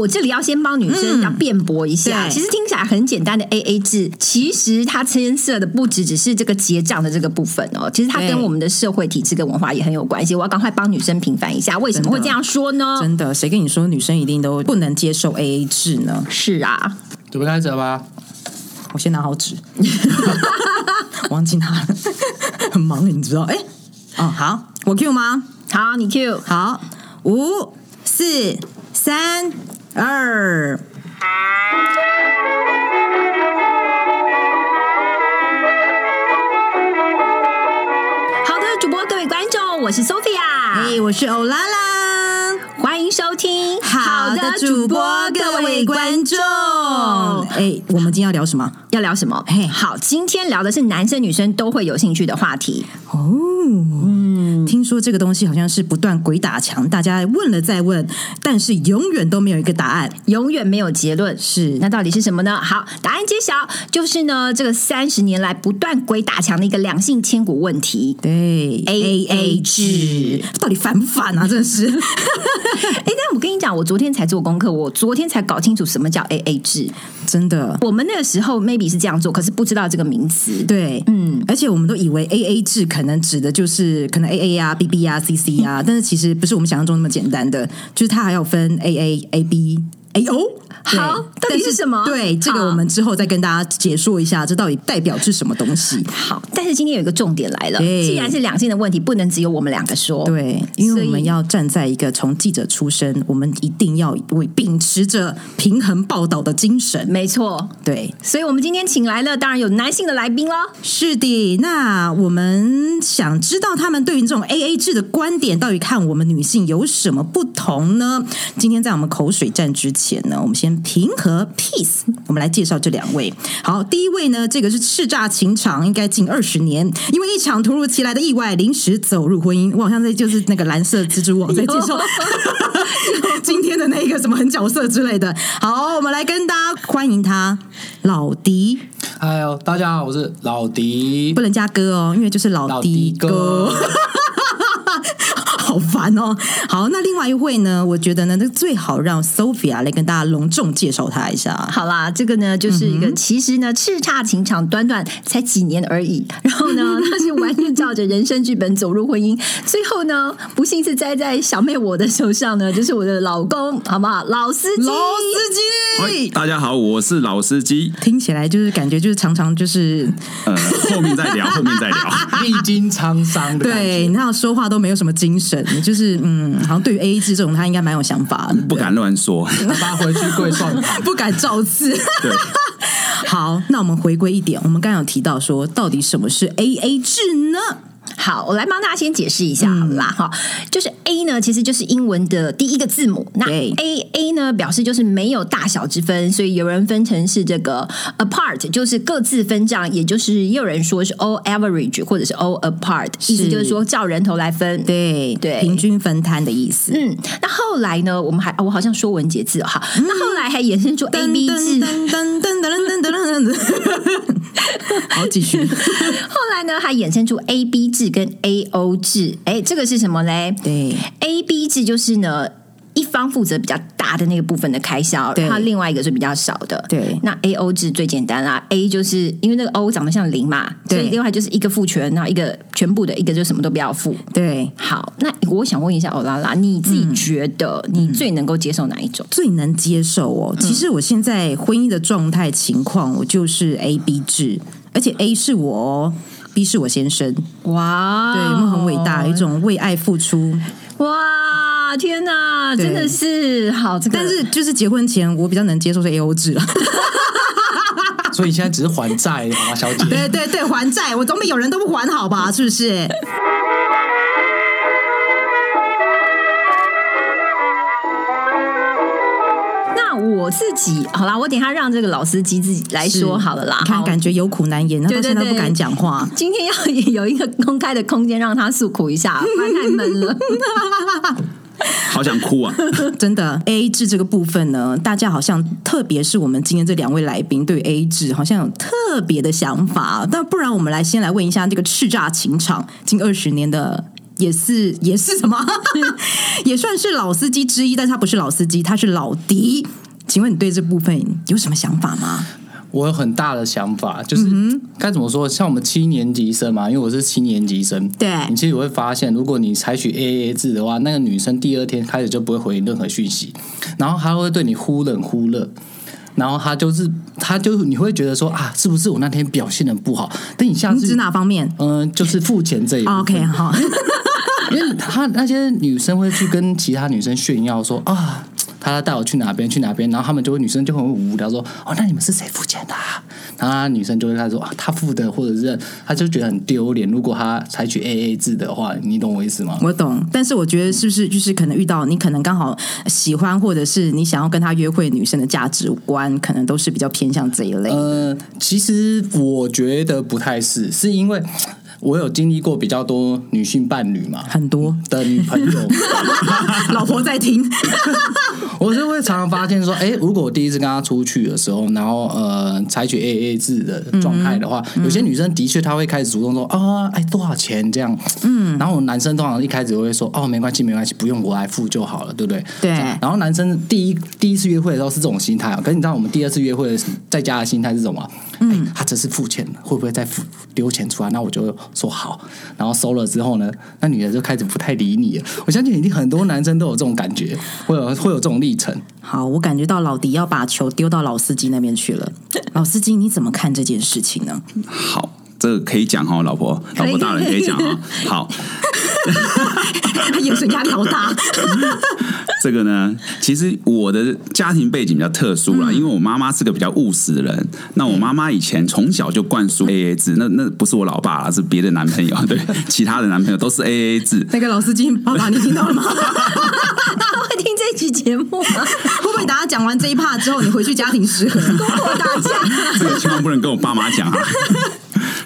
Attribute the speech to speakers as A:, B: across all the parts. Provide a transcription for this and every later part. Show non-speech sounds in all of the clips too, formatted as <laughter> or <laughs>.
A: 我这里要先帮女生要辩驳一下，
B: 嗯对
A: 其实听起来很简单的 A A 制，其实它牵涉的不只只是这个结账的这个部分哦，其实它
B: 对
A: 跟我们的社会体制跟文化也很有关系。我要赶快帮女生平反一下，为什么会这样说呢？
B: 真的，谁跟你说女生一定都不能接受 AA 制呢？
A: 是啊，
C: 准备开始了吧？
B: 我先拿好纸， <laughs> 忘记拿了，很忙，你知道？哎、哦，好，我 Q 吗？
A: 好，你 Q
B: 好，五、四、三、二。
A: 好的，主播各位观众，我是 Sophia，、
B: 哎，我是欧拉拉。
A: 欢迎收听
B: 好的，主播，各位观众。哎，我们今天要聊什么？
A: 要聊什么
B: 嘿？
A: 好，今天聊的是男生女生都会有兴趣的话题。
B: 哦，嗯，听说这个东西好像是不断鬼打墙，大家问了再问，但是永远都没有一个答案。
A: 永远没有结论。
B: 是
A: 那到底是什么呢？好，答案揭晓，就是呢，这个三十年来不断鬼打墙的一个两性千古问题。
B: 对
A: AA 制
B: 到底烦不烦啊？真
A: <laughs>
B: 的是
A: 哎，但我跟你讲，我昨天才做功课，我昨天才搞清楚什么叫 AA 制。
B: 真的
A: 我们那个时候 maybe 是这样做，可是不知道这个名词。
B: 对，嗯，而且我们都以为 A A 制可能指的就是可能 A A 啊、B B 啊、C C
A: <laughs>
B: 啊，但是其实不是我们想象中那么简单的，就是它还有分 A A、A B、A O。
A: 好
B: 对
A: 到底
B: 但
A: 是什么
B: 对，这
A: 好
B: 个我们之后再跟大家解说一下，这到底代表是什么东西？
A: 好，但是今天有一个重点来了，
B: 对
A: 既然是两性的问题，不能只有我们两个说。
B: 对，因
A: 哦所
B: 为
A: 以
B: 我们要站在一个从记者出身，我们一定要为秉持着平衡报道的精神。
A: 没错。
B: 对，
A: 所以我们今天请来了，当然有男性的来宾喽。
B: 是的，那我们想知道他们对于这种 A A 制的观点，到底看我们女性有什么不同呢？今天在我们口水战之前呢，我们先平和 peace，我们来介绍这两位。好，第一位呢，这个是叱咤情场，应该近二十年，因为一场突如其来的意外，临时走入婚姻。我好像在就是那个蓝色蜘蛛网在介绍今天的那个什么很角色之类的。好，我们来跟大家欢迎他，老迪。
C: 哎呦，大家好，我是老迪
B: 不，能加歌哦，因为就是老
C: 老
B: 迪
C: 迪
B: 哥。
C: 哥，
B: <laughs> 好烦哦！好，那另外一位呢？我觉得呢，那最好让 Sophia 来跟大家隆重介绍他一下。
A: 好啦，这个呢就是一个，其实呢叱咤情场短短才几年而已，然后呢 <laughs> 他是完全照着人生剧本走入婚姻，最后呢不幸是栽在小妹我的手上呢，就是我的老公，好不好？老司机，
B: 老司
D: 喂，
B: 机，
D: 大家好，我是老司机。
B: 哎听起来就是感觉就是常常就是
D: 呃，后面再聊，后面再聊。
C: 历经沧桑的感
B: 对，
C: 觉。
B: 你看说话都没有什么精神，就是嗯，好像 <laughs> 对于 A A 制这种，他应该蛮有想法的，
D: 不敢乱说。
C: 发回去跪算 <laughs> 盘，
B: 不敢造次。 <laughs>
D: 对，
B: 好，那我们回归一点，我们刚刚有提到说，到底什么是 A A 制呢？
A: 好，我来帮大家先解释一下，
B: 嗯
A: 好了啦哈、就是 A 呢，其实就是英文的第一个字母，那
B: 对
A: A A 呢表示就是没有大小之分，所以有人分成是这个 apart，就是各自分账，也就是也有人说是 all average 或者是 all apart，意思就是说照人头来分，
B: 对
A: 对
B: 平均分摊的意思。
A: 嗯，那后来呢？我们还、啊我好像说文解字哦哈、那后来还衍生出 A B 制，
B: 嗯噔噔噔噔噔噔噔噔噔， <laughs> 好，继续。
A: 后来呢还衍生出 A B 制跟 A O 制。哎，这个是什么嘞？
B: <laughs> 对，
A: A B 制就是呢。一方负责比较大的那个部分的开销，
B: 对
A: 然后另外一个是比较少的。
B: 对
A: 那 A O 制最简单啦，A 就是因为那个 O 长得像零嘛，所
B: 对
A: 以另外就是一个负全，然后一个全部的一个就什么都不要付。
B: 对，
A: 好，那我想问一下欧拉拉，你自己觉得
B: 嗯
A: 你最能够接受哪一种？
B: 最能接受哦。其实我现在婚姻的状态情况，我就是 A B 制，而且 A 是我、哦。B 是我先生，
A: 哇，
B: 嗯对，有没有很伟大？有一种为爱付出，
A: 哇，天哪，
B: 对
A: 真的是好这个，
B: 但是就是结婚前我比较能接受是 A O 制了。
C: 所以你现在只是还债，好吗，小姐？
B: 对对对，还债，我总比有人都不还好吧？是不是？
A: 那我自己好啦，我等一下让这个老司机自己来说好了啦。
B: 你看，
A: 好
B: 感觉有苦难言，他
A: 对
B: 到
A: 对
B: 现在都
A: 对
B: 不敢讲话。
A: 今天要有一个公开的空间让他诉苦一下，不然太闷
B: <laughs>
A: 了。
D: 好想哭啊！
B: 真的 A A 制这个部分呢，大家好像特别是我们今天这两位来宾对 A A 制好像有特别的想法。那不然我们来先来问一下这个叱咤情场近二十年的也是也是
C: <laughs>
B: 什么，也算是老司机之一，但是他不是老司机，他是老迪。请问你对这部分有什么想法吗？
C: 我有很大的想法，就是该怎么说？像我们七年级生嘛，因为我是七年级生，
B: 对
C: 你其实会发现，如果你采取 AA 制的话，那个女生第二天开始就不会回你任何讯息，然后她会对你忽冷忽热。然后她就是，她就你会觉得说啊，是不是我那天表现的不好？等你下
B: 你指
C: 次，
B: 哪方面啊
C: 嗯、就是付钱这一部分。
B: 哦？OK，好， <laughs>
C: 因为她那些女生会去跟其他女生炫耀说啊，她带我去哪边去哪边，然后她们就会女生就很无聊说哦，那你们是谁付钱的、啊？然后她女生就会开始说啊，她付的，或者是她就觉得很丢脸。如果她采取 A A 制的话，你懂我意思吗？
B: 我懂。但是我觉得是不是就是可能遇到你可能刚好喜欢或者是你想要跟他约会的女生的价值观，可能都是比较偏向这一类。
C: 呃，其实我觉得不太是，是因为我有经历过比较多女性伴侣嘛
B: 很多
C: 的女朋友。
B: <laughs> 老婆在听，
C: 我是会常常发现说，哎、如果我第一次跟她出去的时候，然后呃，采取 A A 制的状态的话，有些女生的确她会开始主动说啊，哎、多少钱这样，嗯，然后我男生通常一开始会说，哦，没关系，没关系，不用我来付就好了，对不对？
B: 对
C: 这样然后男生第一第一次约会的时候是这种心态啊，可是你知道我们第二次约会的时在家的心态是什么吗？嗯，他这次付钱了，会不会再付丢钱出来？那我就说好，然后收了之后呢，那女的就开始不太理你了。我相信一定很多男生都有这种感觉，会有会有这种历程。
B: <laughs> 好，我感觉到老迪要把球丢到老司机那边 <laughs> 去了。老司机，你怎么看这件事情呢？
D: 好，这个可以讲哈，老婆，
A: 以
D: 老婆大人可以讲哈。好，
B: 他眼神压力好大，
D: 这个呢，其实我的家庭背景比较特殊啦，因为我妈妈是个比较务实的人。那我妈妈以前从小就灌输 AA 制，那那不是我老爸啦，是别的男朋友，对，其他的男朋友都是 AA 制。
B: 那个老司机爸爸，你听到了吗？ <laughs>
A: 他会听这期节目吗？
B: 会不会大家讲完这一趴之后，你回去家庭失和？
A: 我打架，
D: <laughs> 这个千万不能跟我爸妈讲啊。 <laughs>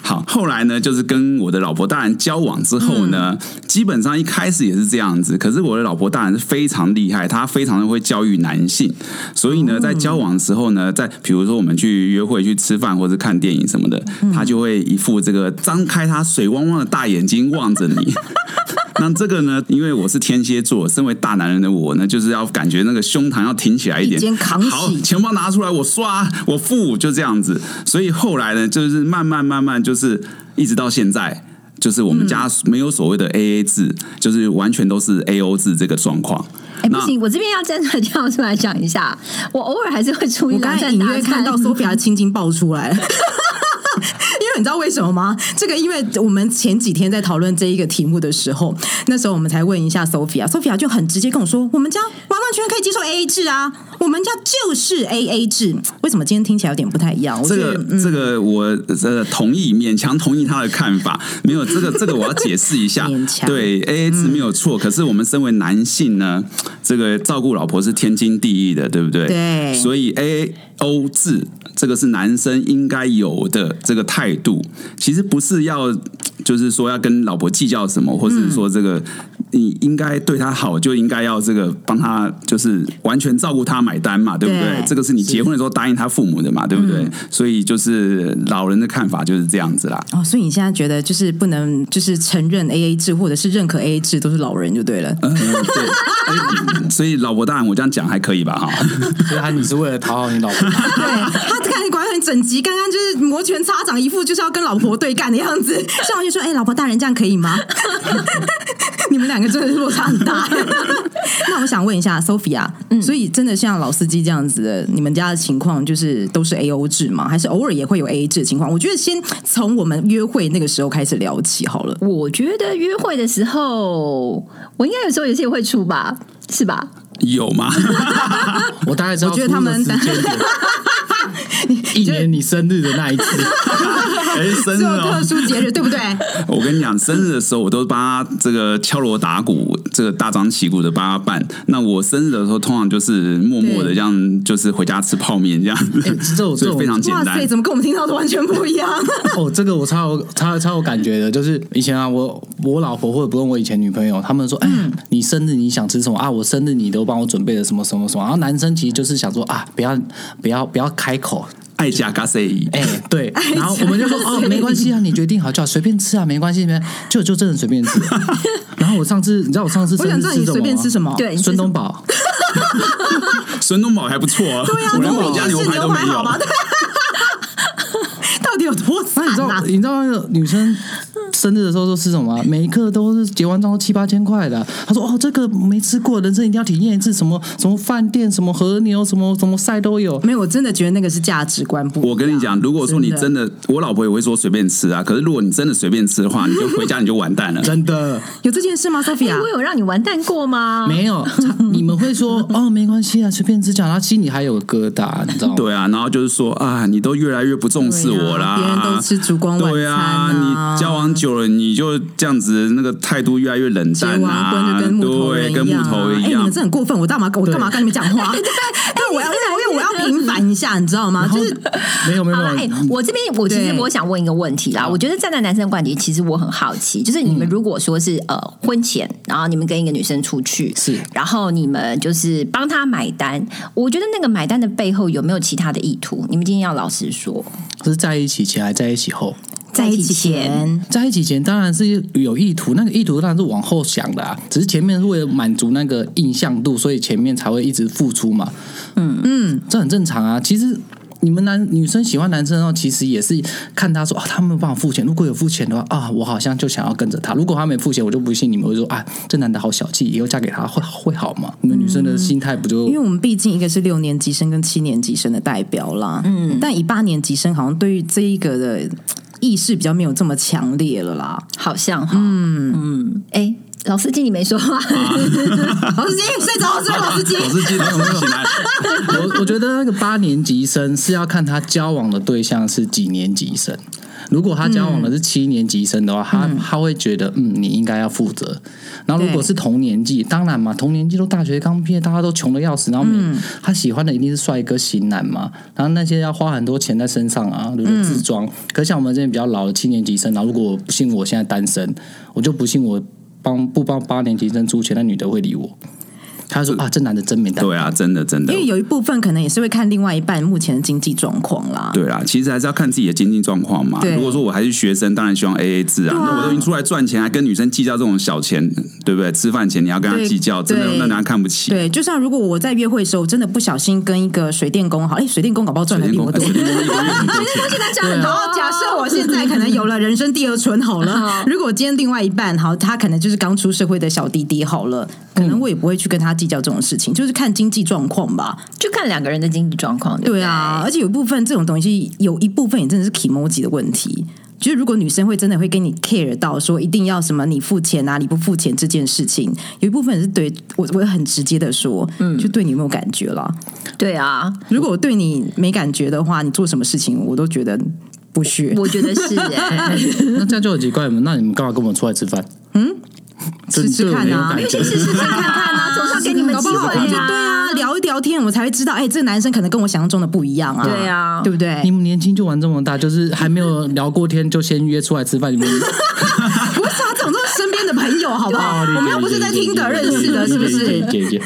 D: 好，后来呢，就是跟我的老婆大人交往之后呢，
B: 嗯
D: 基本上一开始也是这样子。可是我的老婆大人是非常厉害，她非常的会教育男性，所以
B: 嗯
D: 呢，在交往的时候呢，在比如说我们去约会、去吃饭或者看电影什么的，
B: 嗯
D: 她就会一副这个张开她水汪汪的大眼睛望着你。 <laughs> 那这个呢，因为我是天蝎座，身为大男人的我呢，就是要感觉那个胸膛要挺起来一点，
B: 一肩扛起
D: 好，钱包拿出来，我刷，我付，就这样子。所以后来呢，就是慢慢慢慢，就是一直到现在。就是我们家没有所谓的 A A 制，就是完全都是 A O 制这个状况。
A: 哎、不行，我这边要站出来跳出来讲一下，我偶尔还是会出一
B: <laughs> 我刚
A: 两
B: 才
A: 站
B: 隐
A: 打
B: 约看到 Sophia 的青筋爆出来了。 <laughs> 因为你知道为什么吗？这个因为我们前几天在讨论这一个题目的时候，那时候我们才问一下 Sophia，Sophia 就很直接跟我说，我们家完完全全可以接受 AA 制啊，我们家就是 AA 制。为什么今天听起来有点不太一样？我
D: 这
B: 觉得嗯
D: 个、这个我呃同意，勉强同意他的看法。没有这个这个我要解释一下
B: 勉。强嗯
D: 对 A A 制没有错，可是我们身为男性呢，这个照顾老婆是天经地义的，对不对？
B: 对
D: 所以 A O 制这个是男生应该有的这个态度，其实不是要就是说要跟老婆计较什么，或
B: 嗯
D: 是说这个。你应该对她好，就应该要这个帮她，就是完全照顾她买单嘛，对不对
B: 对？嗯
D: 这个是你结婚的时候答应他父母的嘛，对不对？所以就是老人的看法就是这样子啦。
B: 哦，所以你现在觉得就是不能就是承认 AA 制或者是认可 AA 制都是老人就对了。
D: 嗯，对， <laughs> 哎所以老婆大人，我这样讲还可以吧？哈， <laughs>
C: 所以她你是为了讨好你老婆，
B: 对他看你管很整齐，刚刚就是摩拳擦掌，一副就是要跟老婆对干的样
D: <laughs>
B: 子。向我就说：“哎、老婆大人这样可以吗？” <laughs> 你们两个真的是落差很大。
D: <laughs>
B: 那我想问一下 Sophia，、所
D: 嗯
B: 以真的像老司机这样子的，你们家的情况就是都是 A O 制吗？还是偶尔也会有 A A 制的情况？我觉得先从我们约会那个时候开始聊起好了。
A: 我觉得约会的时候，我应该有时候也是也会出吧，是吧？
D: 有吗？
C: <laughs>
D: <laughs>
C: 我大概知道
B: 我觉得他们
C: 出入的
B: <laughs>
C: 时间点一年你生日的那一次，
D: 哎，生
B: 只
D: 日
B: 有特
D: 哦！
B: 殊节日，对不对？
D: 我跟你讲，生日的时候我都帮他这个敲锣打鼓，这个大张旗鼓的帮他办。那我生日的时候，通常就是默默的
B: 对
D: 这样，就是回家吃泡面这样，
C: 哎这种这
D: <laughs> 所以
C: 种
D: 非常简
B: 哇
D: 单
B: 塞，。怎么跟我们听到的完全不一
D: <laughs>
B: 样？
C: <laughs> 哦，这个我超有超超有感觉的，就是以前啊，我我老婆或者不论我以前女朋友，她们说，哎、
B: 嗯
C: 你生日你想吃什么啊？我生日你都帮我准备了什么什么什么。然后男生其实就是想说啊，不要不要不要开口
D: 爱加嘎塞伊，
B: <laughs>
C: 哎、对，然后我们就说哦，没关系啊，你决定好就好，随便吃啊，没关系，没关系就就真的随便
B: <laughs>
C: 吃。然后我上次，你知道我上次
B: 我想知道你随便吃什
C: 么
B: 么。
A: 对，
C: 吗？孙东宝，
D: 孙东宝还不错啊，
B: 对啊，
D: 我连
B: 总
D: 我
B: 比
D: 家
B: 意式
D: 排
B: 牛
D: 都没
B: 排好 <laughs>
D: 有
B: 吧？。对到底有多惨
C: 那你知道
B: 啊？
C: 你知道那个女生生日的时候都吃什么吗？ <laughs> 每一个都是结完账都七八千块的。她说哦，这个没吃过，人生一定要体验一次，什么什么饭店，什么和牛，什么什么赛都有。
B: 没有，我真的觉得那个是价值观不一样。
D: 我跟你讲，如果说你真
B: 的
D: 的，我老婆也会说随便吃啊。可是如果你真的随便吃
B: <laughs>
D: 的话，你就回家你就完蛋了。
C: 真的
B: 有这件事吗
A: 哎
B: ，Sophia？
A: 我有让你完蛋过吗？
C: 没有，你们会说哦，没关系啊，随便吃讲，然后心里还有个疙瘩，你知道吗？
D: 对啊，然后就是说啊，你都越来越不重视我啦，
B: 对啊别人都吃烛光晚餐啊
D: 对啊，你交往久了，你就这样子，那个态度越来越冷
B: 结
D: 淡
B: 完婚
D: 啊，
B: 就跟木头
D: 对，
B: 人
D: 跟
B: 一
D: 木
B: 样
D: 头
B: 啊！哎、
D: 一
B: 你
D: 样
B: 们。这很过分，我干嘛我干嘛跟你们讲
D: <laughs>
B: 话？对，但我要因为我要平反一下，你知道吗？就是
C: 没有没有
A: 好啦，
C: 没
A: 哎、
C: 有，
A: 我这边我其实
B: 对
A: 我想问一个问题啦，我觉得站在男生的观点，其实我很好奇，就是你们如果说是、呃婚前，然后你们跟一个女生出去，
C: 是
A: 然后你们就是帮她买单，我觉得那个买单的背后有没有其他的意图？你们今天要老实说，
C: 是在一起前还在一起后？
A: 在一起前，
C: 在一起前当然是有意图，那个意图当然是往后想的、啊，只是前面是为了满足那个印象度，所以前面才会一直付出嘛。嗯嗯，这很正常啊。其实你们男女生喜欢男生的时候，其实也是看他说啊，他们帮我付钱，如果有付钱的话啊，我好像就想要跟着他；如果他没付钱，我就不信你们会说啊，这男的好小气，以后嫁给他会会好吗？你们女生的心态不就、
B: 因为我们毕竟一个是六年级生跟七年级生的代表啦，嗯，但以八年级生好像对于这一个的意识比较没有这么强烈了啦。
A: 好像哈，嗯嗯，哎、老司机你没说话，<laughs>
B: <laughs> 老司机睡着了，是不是老司机。
D: 我是记得我们醒来，
C: 我我觉得那个八年级生是要看他交往的对象是几年级生。如果他交往的是七年级生的话，他他会觉得嗯，你应该要负责。然后如果
B: 对
C: 是同年纪，当然嘛，同年纪都大学刚毕业，大家都穷的要死，然后每、他喜欢的一定是帅哥型男嘛，然后那些要花很多钱在身上啊，比如说自装。可像我们这边比较老的七年级生，然后如果我不信我现在单身，我就不信我帮不帮八年级生出钱，那女的会理我。他说啊，这男的真没蛋。
D: 对啊，真的真的
B: 因。为有一部分可能也是会看另外一半目前的经济状况啦。
D: 对啦，其实还是要看自己的经济状况嘛
B: 对。
D: 如果说我还是学生，当然希望 A A 制啊。
B: 对啊
D: 那我都已经出来赚钱，还跟女生计较这种小钱，对不对？吃饭钱你要跟她
B: 对
D: 计较，真的
B: 对
D: 让人家看不起。
B: 对，就像如果我在约会的时候真的不小心跟一个水电工，好，哎，水电工搞不好赚的
D: 水
B: 比
D: 电
B: 我
D: 工，哎
B: 多
D: 水。电工一个月很多钱。
A: 那这样很
B: 然后假设我现在可能有了人生第二春好了
A: 好，
B: 如果今天另外一半好，他可能就是刚出社会的小弟弟好了，可能我也不会去跟他计较这种事情，就是看经济状况吧。
A: 就看两个人的经济状况，对不
B: 对啊，而且有一部分这种东西，有一部分也真的是 emoji 的问题。就是如果女生会真的会跟你 care 到说一定要什么你付钱啊，你不付钱这件事情，有一部分是对我我很直接的说，嗯，就对你有没有感觉了。
A: 对啊，
B: 如果我对你没感觉的话，你做什么事情我都觉得不屑。
A: 我觉得是、哎
C: 那这样就很奇怪嘛？那你们干嘛跟我们出来吃饭？嗯，
B: 吃吃看啊
C: 没
A: 先
B: <laughs>
C: 有感觉。
A: 试试看看啊，总是要给你们
B: 搞
A: 机
B: 不好
A: 会
B: 我们就
A: 啊，
B: 对啊，聊一聊天，我们才会知道，哎、这个男生可能跟我想象中的不一样啊，
A: 对啊
B: 对不对？
C: 你们年轻就玩这么大，就是还没有聊过天就先约出来吃饭，
B: <laughs>
C: 你们哦
B: 不是啊，这种都是身边的朋友，好不
C: <laughs>
B: 好？啊
C: 啊
B: 我们又不是在听的认识的，是不是？
C: 姐姐，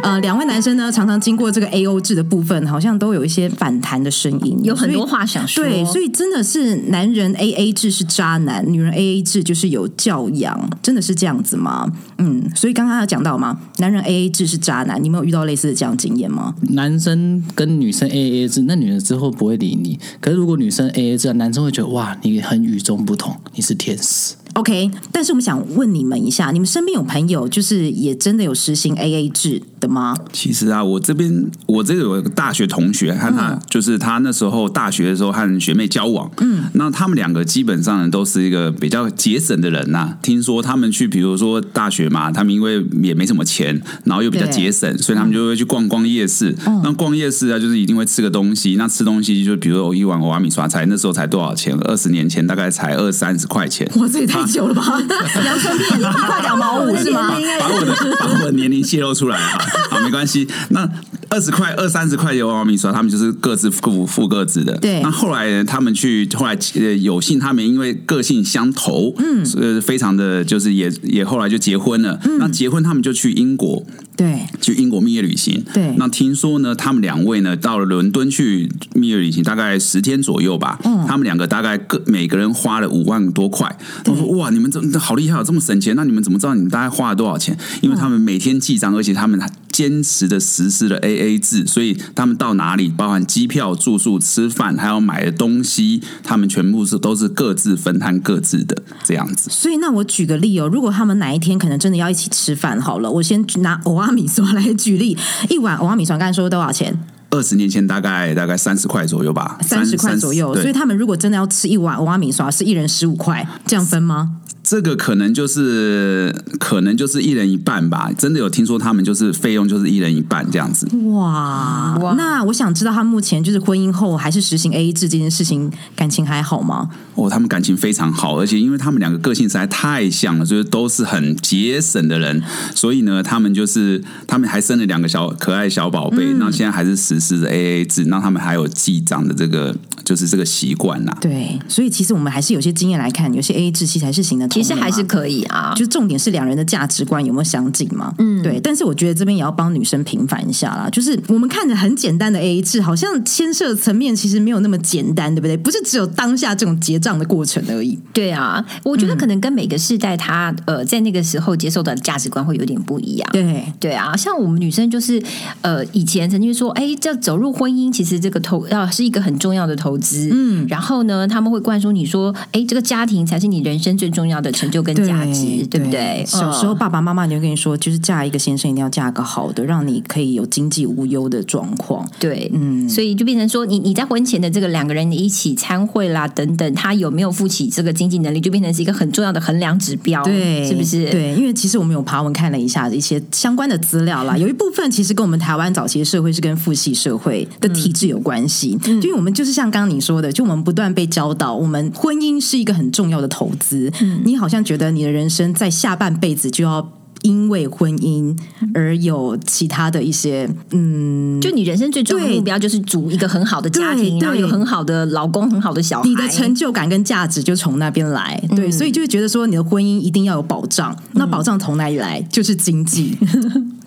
B: 呃，两位男生呢，常常经过这个 A O 制的部分，好像都有一些反弹的声音，
A: 有很
B: 所以
A: 多话想说。
B: 对，所以真的是男人 A A 制是渣男，女人 A A 制就是有教养，真的是这样子吗？嗯，所以刚刚有讲到嘛，男人 A A 制是渣男，你们有遇到类似的这样经验吗？
C: 男生跟女生 A A 制，那女的之后不会理你。可是如果女生 A A 制，男生会觉得哇，你很与众不同，你是天使。
B: OK，但是我们想问你们一下，你们身边有朋友就是也真的有实行 AA 制的 <laughs> 吗？
D: 其实啊，我这边我这个有个大学同学，看他、就是他那时候大学的时候和学妹交往，嗯，那他们两个基本上都是一个比较节省的人呐、听说他们去，比如说大学嘛，他们因为也没什么钱，然后又比较
B: 对
D: 节省，所以他们就会去逛逛夜市。那逛夜市啊，就是一定会吃个东西。那吃东西就比如说一碗瓦米刷才那时候才多少钱？二十年前大概才二三十块钱。
B: 哇，这也太久了吧！ <laughs> 阳春面一块两毛五是吗？ <laughs>
D: 把我的把我的年龄泄露出来了，好，好没关系。那二十块、二三十块的娃娃米刷，他们就是各自付付各自的。
B: 对
D: 那后来呢他们去，后来呃有幸他们因为个性相投，嗯，呃，非常的就是也也后来就结婚了。那结婚他们就去英国，
B: 对，
D: 去英国蜜月旅行。
B: 对
D: 那听说呢，他们两位呢到了伦敦去蜜月旅行，大概十天左右吧。
B: 嗯
D: 他们两个大概各每个人花了五万多块。我说哇，你们怎么好厉害，哦，这么省钱？那你们怎么知道你们大概花了多少钱？
B: 嗯
D: 因为他们每天记账，而且他们坚持的实施了 A A 制，所以他们到哪里，包含机票、住宿、吃饭，还有买的东西，他们全部是都是各自分摊各自的这样子。
B: 所以那我举个例哦，如果他们哪一天可能真的要一起吃饭好了，我先拿欧阿米刷来举例，一碗欧阿米刷刚才说多少钱？
D: 二十年前大概大概三十块左右吧，
B: 三十块左右。
D: 对
B: 所以他们如果真的要吃一碗欧阿米刷，是一人十五块，这样分吗？
D: 这个可能就是可能就是一人一半吧，真的有听说他们就是费用就是一人一半这样子。
B: 哇，
A: 哇
B: 那我想知道他目前就是婚姻后还是实行 A A 制这件事情，感情还好吗？
D: 哦，他们感情非常好，而且因为他们两个个性实在太像了，就是都是很节省的人，所以呢，他们就是他们还生了两个小可爱小宝贝，那、现在还是实施的 AA 制，那他们还有记账的这个就是这个习惯啦。
B: 对，所以其实我们还是有些经验来看，有些 A A 制其实还是行得通
A: 其
B: 的
A: 实还
B: 嘛
A: 是可以啊。
B: 就重点是两人的价值观有没有相近嘛？嗯，对。但是我觉得这边也要帮女生平反一下啦，就是我们看着很简单的 A A 制，好像牵涉层面其实没有那么简单，对不对？不是只有当下这种结账的过程而已。
A: 对啊，我觉得
B: 嗯
A: 可能跟每个世代他呃在那个时候接受的价值观会有点不一样。
B: 对，
A: 对啊，像我们女生就是，呃，以前曾经说，哎，这走入婚姻，其实这个投要、是一个很重要的投资，嗯，然后呢，他们会灌输你说，哎，这个家庭才是你人生最重要的成就跟价值，对不对？
B: 哦小时候
A: 嗯
B: 爸爸妈妈就跟你说，就是嫁一个先生一定要嫁个好的，让你可以有经济无忧的状况。
A: 对，嗯，所以就变成说，你你在婚前的这个两个人一起参会啦，等等，他有没有负起这个经济能力，就变成是一个很重要的衡量指标，
B: 对，
A: 是不是？
B: 对，因为其实我们有爬文看了一下一些相关的资料
A: 嗯
B: 啦，有一部分其实跟我们台湾早期的社会是跟父系社会的体制有关系，
A: 嗯
B: 就因为我们就是像刚刚你说的，就我们不断被教导，我们婚姻是一个很重要的投资，
A: 嗯
B: 你好像觉得你的人生在下半辈子就要。因为婚姻
A: 嗯
B: 而有其他的一些，嗯，
A: 就你人生最重要的
B: 对
A: 目标就是组一个很好的家
B: 对
A: 庭，然后
B: 对
A: 有很好的老公、很好的小孩，嗯
B: 你的成就感跟价值就从那边来，对，所以就会觉得说你的婚姻一定要有保障，那保障从哪里来？就是经
A: <laughs>
B: 济。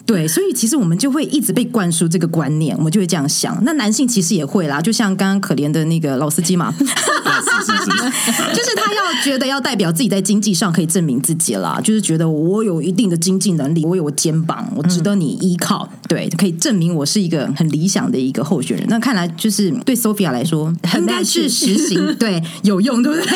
B: 对，所以其实我们就会一直被灌输这个观念，我们就会这样想。那男性其实也会啦，就像刚刚可怜的那个老司机嘛，
D: 是是是，
B: <laughs> 就是他要觉得要代表自己在经济上可以证明自己啦，就是觉得我有一定的经济能力，我有肩膀，我值得你依靠，对，可以证明我是一个很理想的一个候选人。那看来就是对 Sophia 来说，
A: 很
B: 应
A: 难
B: 该
A: 去
B: 是实行对有用，对不
A: <laughs>
B: 对？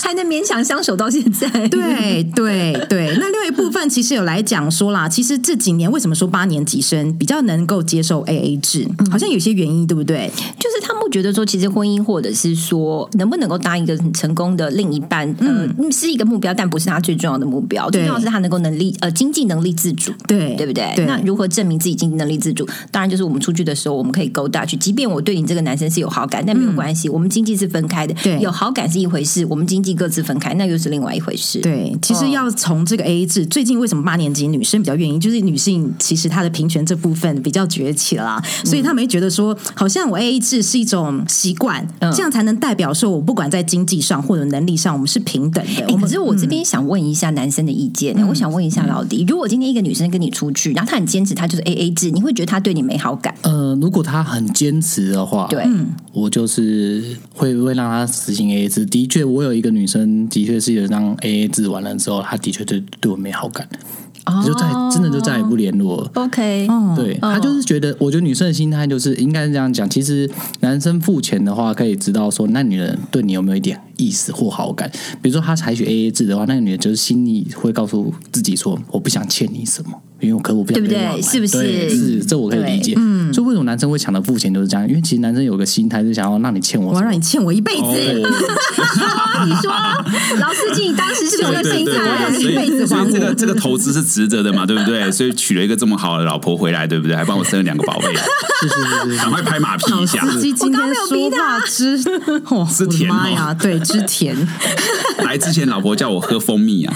A: 还能勉强相守到现在。
B: 对对对，那另外一部分其实有来讲说啦，其实这几年为什么说八年级生比较能够接受 AA 制，
A: 嗯
B: 好像有些原因，对不对？
A: 就是他们觉得说，其实婚姻或者是说能不能够当一个很成功的另一半，嗯、呃，是一个目标，但不是他最重要的目标。
B: 对
A: 最重要的是他能够能力呃经济能力自主。
B: 对
A: 对不对？
B: 对
A: 那如何证明自己经济能力自主？当然就是我们出去的时候，我们可以勾搭去。即便我对你这个男生是有好感，但没有关系，我们经济是分开的。
B: 对
A: 有好感是一回事，我们经济各自分开，那又是另外一回事。
B: 对，其
A: 嗯
B: 实要从这个 A A 制，最近为什么八年级女生比较愿意？就是女性其实她的平权这部分比较崛起啦，所
A: 嗯
B: 以她们会觉得说，好像我 A A 制是一种习惯，
A: 嗯
B: 这样才能代表说我不管在经济上或者能力上，我们是平等的。
A: 欸
B: 我
A: 可
B: 们
A: 是我这边想问一下男生的意见，我想问一下老迪，如果今天一个女生跟你出去，然后她很坚持，她就是 A A 制，你会觉得她对你没好感？
C: 呃，如果他很坚持的话，
A: 对，
C: 我就是会会让他实行 AA 制。的确，我有一个女生，的确是有让 AA 制完了之后，她的确对对我没好感，就再真的就再也不联络了。
A: OK，
C: 对
A: 嗯
C: 她就是觉得，我觉得女生的心态就是应该是这样讲。其实男生付钱的话，可以知道说那女人对你有没有一点意思或好感。比如说她采取 AA 制的话，那个女人就是心里会告诉自己说，我不想欠你什么，因为我可我不想
A: 对不
C: 跟你
A: 对
C: 往来
A: 是不是
C: 对是，这我可以理解。嗯，所以为什么男生会抢着付钱就是这样？因为其实男生有个心态是想要让你欠我
A: <laughs>
B: 我
C: 什
B: 要
C: 么。
B: 让你欠我一辈子。
D: 哦
A: 你说 <laughs> 老司机，你当时是有在
D: 对对
A: 心
D: 对
A: 态，
D: 对，
A: 你
D: 所
A: 一辈 <laughs>
D: 以
A: 子
D: 所
A: 还
D: 以这
A: 我
D: 个。这个投资是值得的嘛，对不对？所以娶了一个这么好的老婆回来，对不对？还帮我生了两个宝贝，
C: 是是是是是
D: 赶快拍马屁一下，
B: 司机今天说话
D: <laughs>
B: 之，哦，
D: 之
B: 我的
D: 甜哦
B: 妈呀，对，之甜。 <laughs>
D: 来之前老婆叫我喝蜂蜜啊。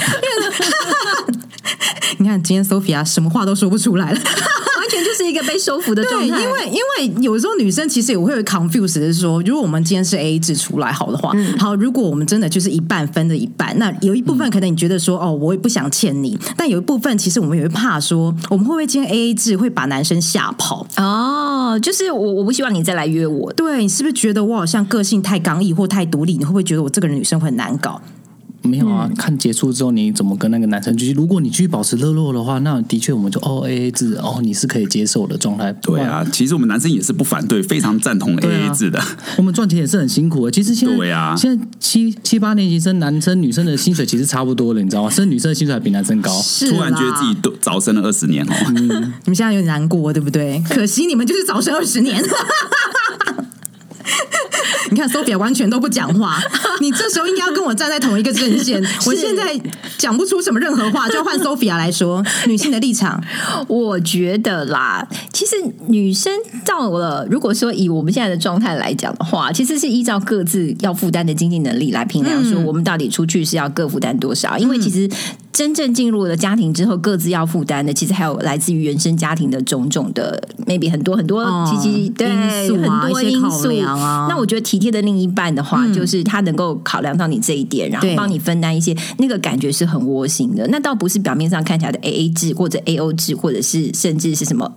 B: 你看今天 Sophia 什么话都说不出来了。
A: 而全就是一个被收服的状
B: 对，因
A: 态。
B: 为因为有时候女生其实也会有 confuse 的是说，如果我们今天是 A A 制出来好的话，
A: 嗯
B: 好，如果我们真的就是一半分的一半，那有一部分可能你觉得说，哦，我也不想欠你，但有一部分其实我们也会怕说，我们会不会今天 A A 制会把男生吓跑？
A: 哦，就是我我不希望你再来约我。
B: 对你是不是觉得我好像个性太刚毅或太独立？你会不会觉得我这个人女生会很难搞？
C: 没有啊，看结束之后你怎么跟那个男生继续。如果你继续保持热络的话，那的确我们就哦 A A 制哦，你是可以接受的状态。
D: 对啊，其实我们男生也是不反对，非常赞同
B: 啊
D: A A 制的。
C: 我们赚钱也是很辛苦的。其实现在，
D: 对啊
C: 现在七七八年级生，男生女生的薪水其实差不多了，你知道吗？甚至女生的薪水还比男生高。
B: 是
D: 突然觉得自己
B: 啦
D: 都早生了二十年哦，
B: 你们现在有点难过，对不对？可惜你们就是早生二十年。 <laughs> 你看，Sophia 完全都不讲话，你这时候应该要跟我站在同一个阵线。我现在讲不出什么任何话，就要换 Sophia 来说女性的立场。
A: <laughs> 我觉得啦，其实女生到了，如果说以我们现在的状态来讲的话，其实是依照各自要负担的经济能力来评
B: 嗯
A: 量，说我们到底出去是要各负担多少。因为其实真正进入了家庭之后，各自要负担的，其实还有来自于原生家庭的种种的，maybe 很多很多
B: 哦
A: 其实、对
B: 因素啊
A: 很多
B: 一些
A: 因
B: 考
A: 素
B: 量啊
A: 那我觉得体贴的另一半的话，就是他能够考量到你这一点，然后
B: 对
A: 帮你分担一些，那个感觉是很窝心的。那倒不是表面上看起来的 A A 制或者 A O 制，或者是甚至是什么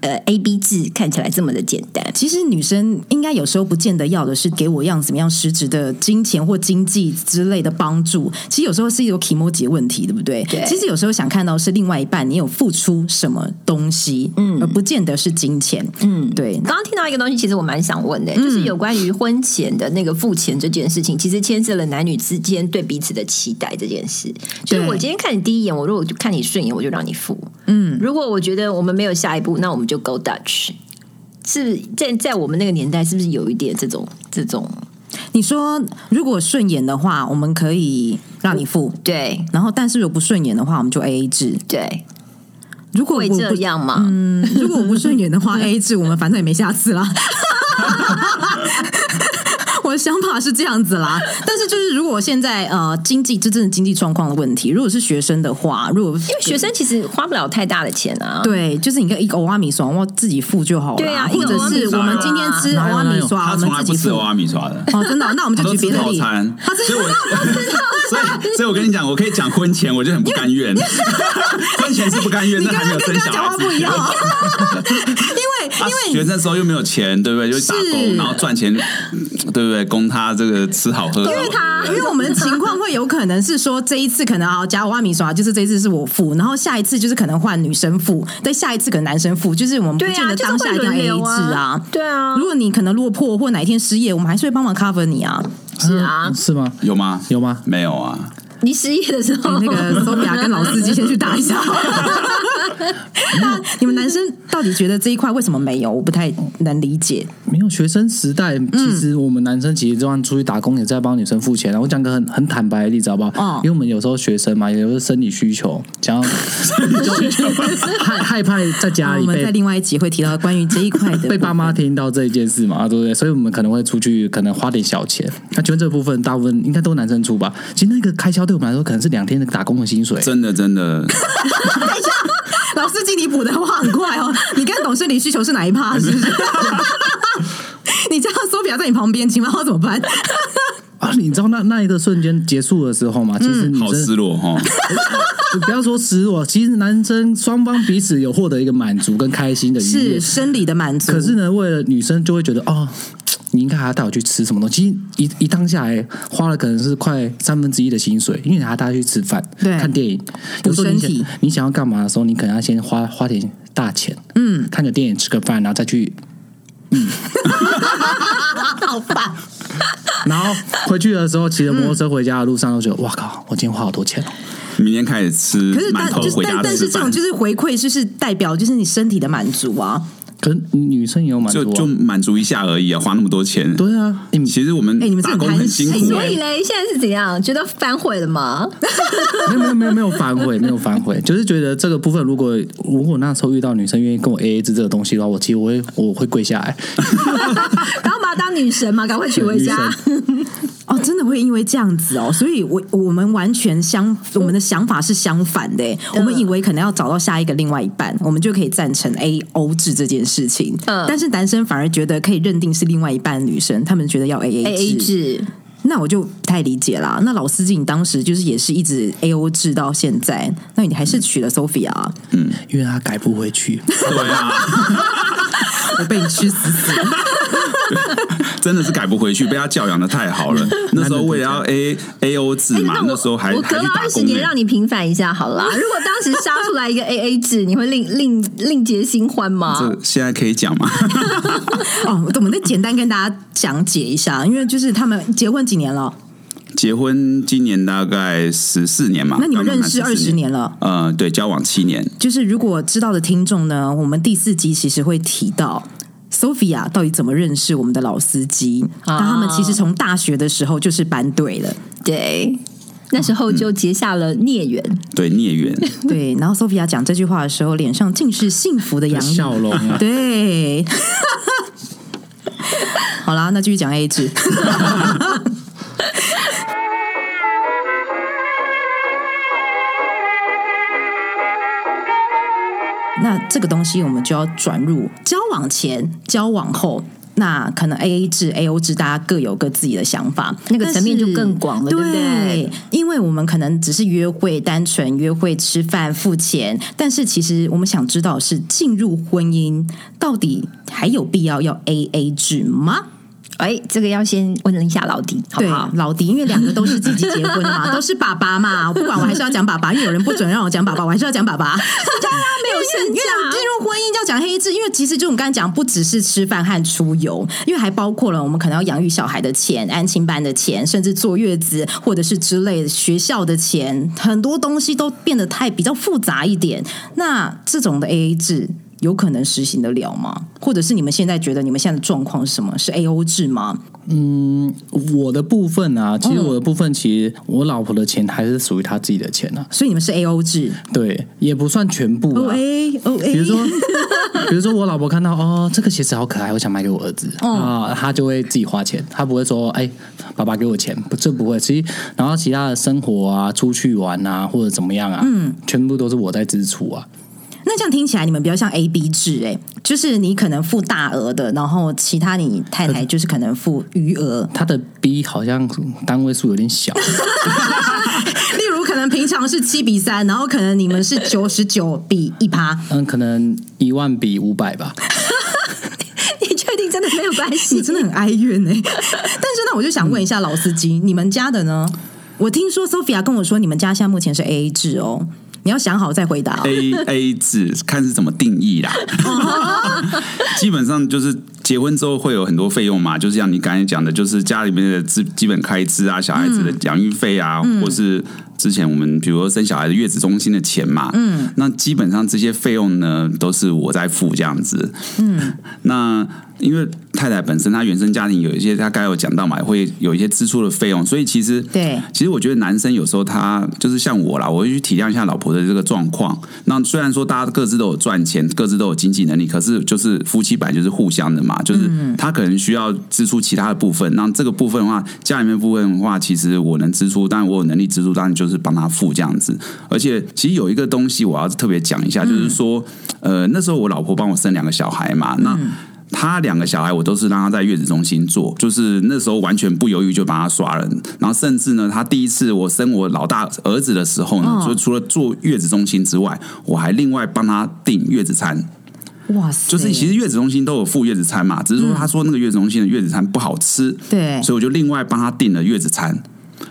A: 呃 A B 制，看起来这么的简单。
B: 其实女生应该有时候不见得要的是给我一样怎么样实质的金钱或经济之类的帮助，其实有时候是有 e m o j i 问题，对不对？
A: 对
B: 其实有时候想看到是另外一半你有付出什么东西，嗯，而不见得是金钱，嗯，对。嗯
A: 刚刚听到一个东西，其实我蛮想问的，就是有关于婚前的那个付钱这件事情，其实牵涉了男女之间对彼此的期待这件事。就是
B: 对
A: 我今天看你第一眼，我如果就看你顺眼，我就让你付。嗯，如果我觉得我们没有下一步，那我们就 go Dutch。是在在我们那个年代，是不是有一点这种这种
B: 你说如果顺眼的话，我们可以让你付。
A: 对
B: 然后，但是如果不顺眼的话，我们就 A A 制。
A: 对
B: 如果我
A: 会
B: 不
A: 这样吗？
B: 嗯如果我不顺眼
A: <laughs>
B: 的话，A A 制，我们反正也没下次啦。 <laughs> 我的想法是这样子啦，但是就是如果现在呃经济这真的经济状况的问题，如果是学生的话，如果
A: 因为学生其实花不了太大的钱啊。
B: 对，就是你跟一个欧阿米爽，我自己付就好了。
A: 对啊
B: 或者
A: 一
B: 是
A: 个
B: 我
A: 欧阿米爽
B: 们今天吃欧
C: 哪有
B: 阿米爽，
D: 他
B: 我
D: 从
B: 们
D: 来
B: 自
D: 不
B: 己
D: 吃
B: 付。
D: 欧阿米刷的，
B: 哦，真的哦、那我们就
D: 他都
B: 举
D: 吃
B: 别的
D: 套
B: 例子。
D: 餐。
B: 他吃
D: 所以我所以所以我跟你讲，我可以讲婚前，我就很不甘愿。婚前是不甘愿，
B: 你
D: 但
B: 刚
D: 还没
B: 刚
D: 有
B: 跟
D: 生
B: 刚
D: 小
B: 刚讲话
D: 孩之
B: 不一
D: 前
B: 样、 <laughs> 哦，因为
D: 啊
B: 因为，
D: 学生时候又没有钱，对不对？就打工，
B: 是
D: 然后赚钱，对不对？供他这个吃好喝好。
A: <laughs>
B: 因为我们的情况会有可能是说，这一次可能啊，加我万米刷，就是这一次是我付，然后下一次就是可能换女生付，但下一次可能男生付，就是我们不
A: 对
B: 见
A: 啊，
B: 得
A: 就是
B: 当下
A: 会
B: 一定要
A: 轮
B: A
A: 流
B: 制嗯
A: 啊。对啊，
B: 如果你可能落魄或哪一天失业，我们还是会帮忙 cover 你啊。
A: 是啊
C: 嗯，是吗？
D: 有吗？
C: 有吗？
D: 没有啊，
A: 你失业的时候，<laughs>
B: 那个 Sophia 跟老司机先去打一下。那你们男生到底觉得这一块为什么没有？我不太能理解。
C: 没有学生时代，
B: 嗯
C: 其实我们男生其实这样出去打工也在帮女生付钱啊。我讲个很很坦白的例子好不好？
B: 嗯
C: 因为我们有时候学生嘛，有时候生理需求，
B: <laughs>
C: 想要 <laughs> 害害怕在家
B: 哦我
C: 里
B: 们在
C: 被。
B: 另外一集会提到关于这一块的
C: <laughs> 被爸妈听到这一件事嘛，啊，对不对？所以我们可能会出去，可能花点小钱。那请问这部分大部分应该都是男生出吧？其实那个开销对我们来说，可能是两天的打工的薪水。
D: 真的
B: <laughs>
D: 真的，
B: 老司机，你补的话很快哦。你跟董事理需求是哪一趴？是不 <laughs> 是？你这样手表在你旁边，请问要怎么办？
C: 啊，你知道那那一个瞬间结束的时候嘛，其实
B: 嗯
C: 女
D: 好
C: 生
D: 失落哈。 <laughs>
C: 你不要说失落，其实男生双方彼此有获得一个满足跟开心的愉
B: 是。
C: 悦
B: 生理的满足，
C: 可是呢，为了女生就会觉得哦，你应该还要带我去吃什么东西。其实一一趟下来花了可能是快三分之一的薪水，因为你还要带她去吃饭、
B: 对
C: 看电影。有时候你想
B: 身体
C: 你想要干嘛的时候，你可能要先花花点大钱，嗯，看个电影、吃个饭，然后再去
B: 好吧，
C: 然后回去的时候，骑着摩托车回家的路上，就觉得哇靠，我今天花好多钱哦。
D: 明天开始吃
B: 可是
D: 馒
B: 但
D: 头
B: 就
D: 回
B: 但
D: 家
B: 但
D: 吃
B: 是这
D: 饭
B: 种，就是回馈，就是代表就是你身体的满足啊。
C: 可是女生也有满足、
D: 就
C: 啊，
D: 就满足一下而已啊，花那么多钱。
C: 对啊，你
D: 其实我们
B: 哎你们真的
D: 打工
B: 很啊
D: 很辛
B: 贪
A: 哎
B: 心
D: 苦
A: 所
D: 哎、
A: 以嘞，现在是怎样？觉得反悔了吗？
C: 没有没有没有没有反悔，没有反悔，就是觉得这个部分，如果如果那时候遇到女生愿意跟我 A A 制这个东西的话，我其实我会我会跪下来。
A: 然后把她当女神嘛，赶快娶回
C: 女
A: 家 <laughs>
C: 生。
B: 哦，真的会因为这样子哦，所以我我们完全相我们的想法是相反的耶。
A: 嗯
B: 我们以为可能要找到下一个另外一半，我们就可以赞成 A O 制这件事情。
A: 嗯
B: 但是男生反而觉得可以认定是另外一半的女生，他们觉得要 A
A: A A 制，
B: 那我就不太理解啦。那老司机，你当时就是也是一直 A O 制到现在，那你还是娶了 Sophia，、啊
A: <laughs>
C: 因为他改不回去。
D: 对啊，
B: <laughs> 我被你吃死死。
D: 真的是改不回去，被他教养的太好
B: <laughs>
D: 了。那时候为了要 A A O 制嘛
A: 哎
B: 哎
A: 那，
D: 那嗯时候还
A: 我
D: 还
A: 隔
D: 去
A: 了
D: 打
A: 二十
D: 工
A: 年
D: 呢。
A: 让你平反一下好 <laughs> 啦。如果当时杀出来一个 A A 制，你会另另另结新欢吗？
D: 这现在可以讲吗？ <laughs>
B: 哦，我们再简单跟大家讲解一下，因为就是他们结婚几年了？
D: 结婚今年大概十四年嘛，
B: 那你们
D: 刚
B: 认
D: 刚满
B: 识二
D: 14
B: 十年了？
D: 呃，对，交往七年，
B: 就是如果知道的听众呢，我们第四集其实会提到。Sophia 到底怎么认识我们的老司机？那、
A: 啊
B: 他们其实从大学的时候就是班队了，
A: 对，那时候就结下了孽缘。
D: 对孽缘，
B: 对。然后 Sophia 讲这句话的时候，脸上尽是幸福的洋溢，
C: <laughs> <laughs> 笑容啊，
B: 对， <laughs> 好啦，那继续讲 A 制。那这个东西我们就要转入交往前、交往后。那可能 A A 制、A O 制，大家各有各自己的想法，
A: 那个
B: 但
A: 层面就是更广了
B: 对
A: 对不对
B: 因为我们可能只是约会，单纯约会、吃饭、付钱，但是其实我们想知道的是进入婚姻到底还有必要要 A A 制吗？
A: 哎，这个要先问一下老弟，好不好？
B: 对，老迪，因为两个都是自己结
A: <laughs>
B: 婚的嘛，都是爸爸嘛，我不管，我还是要讲爸爸，因为有人不准让我讲爸爸，我还是要讲爸爸。对啊，没
A: 有身价
B: 进入婚姻就要讲黑字，因为其实就我们刚才讲，不只是吃饭和出游，因为还包括了我们可能要养育小孩的钱、安亲班的钱，甚至坐月子或者是之类的学校的钱，很多东西都变得太比较复杂一点。那这种的 A A 制。有可能实行得了吗？或者是你们现在觉得你们现在的状况是什么？是 A O 制吗？
C: 我的部分
B: 嗯
C: 啊，其实我的部分，其实我老婆的钱还是属于她自己的钱啊，
B: 所以你们是 A O 制？
C: 对，也不算全部
B: 哦
C: 啊。
B: A O A，
C: 比如说， <laughs> 比如说我老婆看到哦，这个鞋子好可爱，我想买给我儿子
B: 哦
C: 啊，她就会自己花钱，她不会说哎，爸爸给我钱，不，这不会。其实，然后其他的生活啊，出去玩啊，或者怎么样啊，嗯，全部都是我在支出啊。，
B: 那这样听起来你们比较像 A B 制哎、就是你可能付大额的，然后其他你太太就是可能付余额
C: 她的 B 好像单位数有点小，
B: 例如可能平常是七比三，然后可能你们是九十九比一趴，
C: 嗯，可能一万比五百吧。
A: 你确定真的没有关系
B: 你？真的很哀怨哎、但是那我就想问一下老司机，你们家的呢？我听说 Sophia 跟我说你们家现在目前是 A A 制哦，你要想好再回答、哦。
D: A A 制，看是怎么定义 <laughs> 啦。基本上就是结婚之后会有很多费用嘛，就是像你刚才讲的，就是家里面的基基本开支啊，小孩子的养育费啊，或是之前我们比如说生小孩的月子中心的钱嘛，嗯，那基本上这些费用呢都是我在付这样子，嗯， <laughs> 那。因为太太本身她原生家庭有一些，她刚才有讲到嘛，会有一些支出的费用，所以其实
B: 对
D: 其实我觉得男生有时候他就是像我啦，我会去体谅一下老婆的这个状况。那虽然说大家各自都有赚钱，各自都有经济能力，可是就是夫妻本来就是互相的嘛，就是他可能需要支出其他的部分。那这个部分的话，家里面部分的话，其实我能支出，当然我有能力支出，当然就是帮他付这样子。而且其实有一个东西我要特别讲一下，就是说，呃，那时候我老婆帮我生两个小孩嘛，那。他两个小孩，我都是让他在月子中心做，就是那时候完全不犹豫就帮他刷人，然后甚至呢，他第一次我生我老大儿子的时候呢，就除了做月子中心之外，我还另外帮他订月子餐，
B: 哇塞，
D: 就是其实月子中心都有附月子餐嘛，只是说他说那个月子中心的月子餐不好吃，
B: 嗯对
D: 所以我就另外帮他订了月子餐。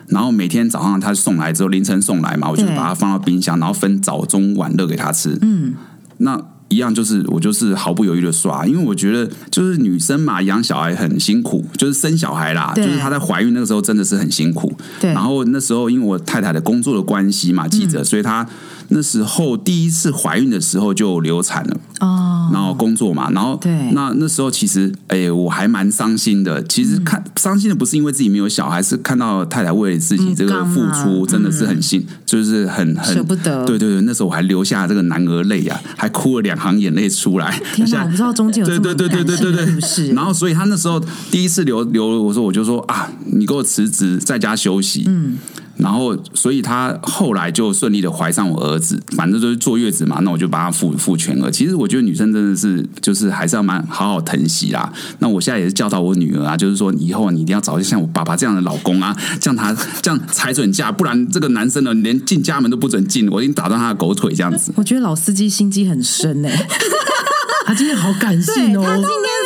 D: 然后每天早上他送来之后，凌晨送来嘛，我就
B: 对
D: 把它放到冰箱，然后分早中晚热给他吃。嗯，那一样就是我就是毫不犹豫的刷，因为我觉得就是女生嘛，养小孩很辛苦，就是生小孩啦，
B: 对
D: 就是她在怀孕那个时候真的是很辛苦。
B: 对嗯
D: 然后那时候因为我太太的工作的关系嘛，记者，所以她那时候第一次怀孕的时候就流产了。
B: 哦，
D: 然后工作嘛，然后
B: 对
D: 那那时候其实，哎、我还蛮伤心的。其
B: 嗯
D: 实看伤心的不是因为自己没有小孩，是看到太太为了自己这个
B: 刚啊嗯
D: 付出，真的是很心，就是很很
B: 舍不得
D: 对对对，那时候我还流下这个男儿泪啊，还哭了两行眼泪出来。
B: 天
D: 现在
B: 哪，我不知道中间有
D: 对
B: 这
D: 对
B: 么
D: 对对
B: 感
D: 对对
B: 性的故
D: 对，
B: 事
D: 然。后所以他那时候第一次留留，我说我就说啊，你给我辞职，在家休息。嗯。然后，所以他后来就顺利的怀上我儿子，反正就是坐月子嘛，那我就帮他付付全额。其实我觉得女生真的是就是还是要蛮好好疼惜啦。那我现在也是教导我女儿啊，就是说以后你一定要找像我爸爸这样的老公啊，这样他这样才准嫁，不然这个男生呢连进家门都不准进，我已经打断他的狗腿这样子。
B: 我觉得老司机心机很深哎、 <laughs>
C: 他今天好感
B: 对
C: 性
B: 他今天
C: 哦。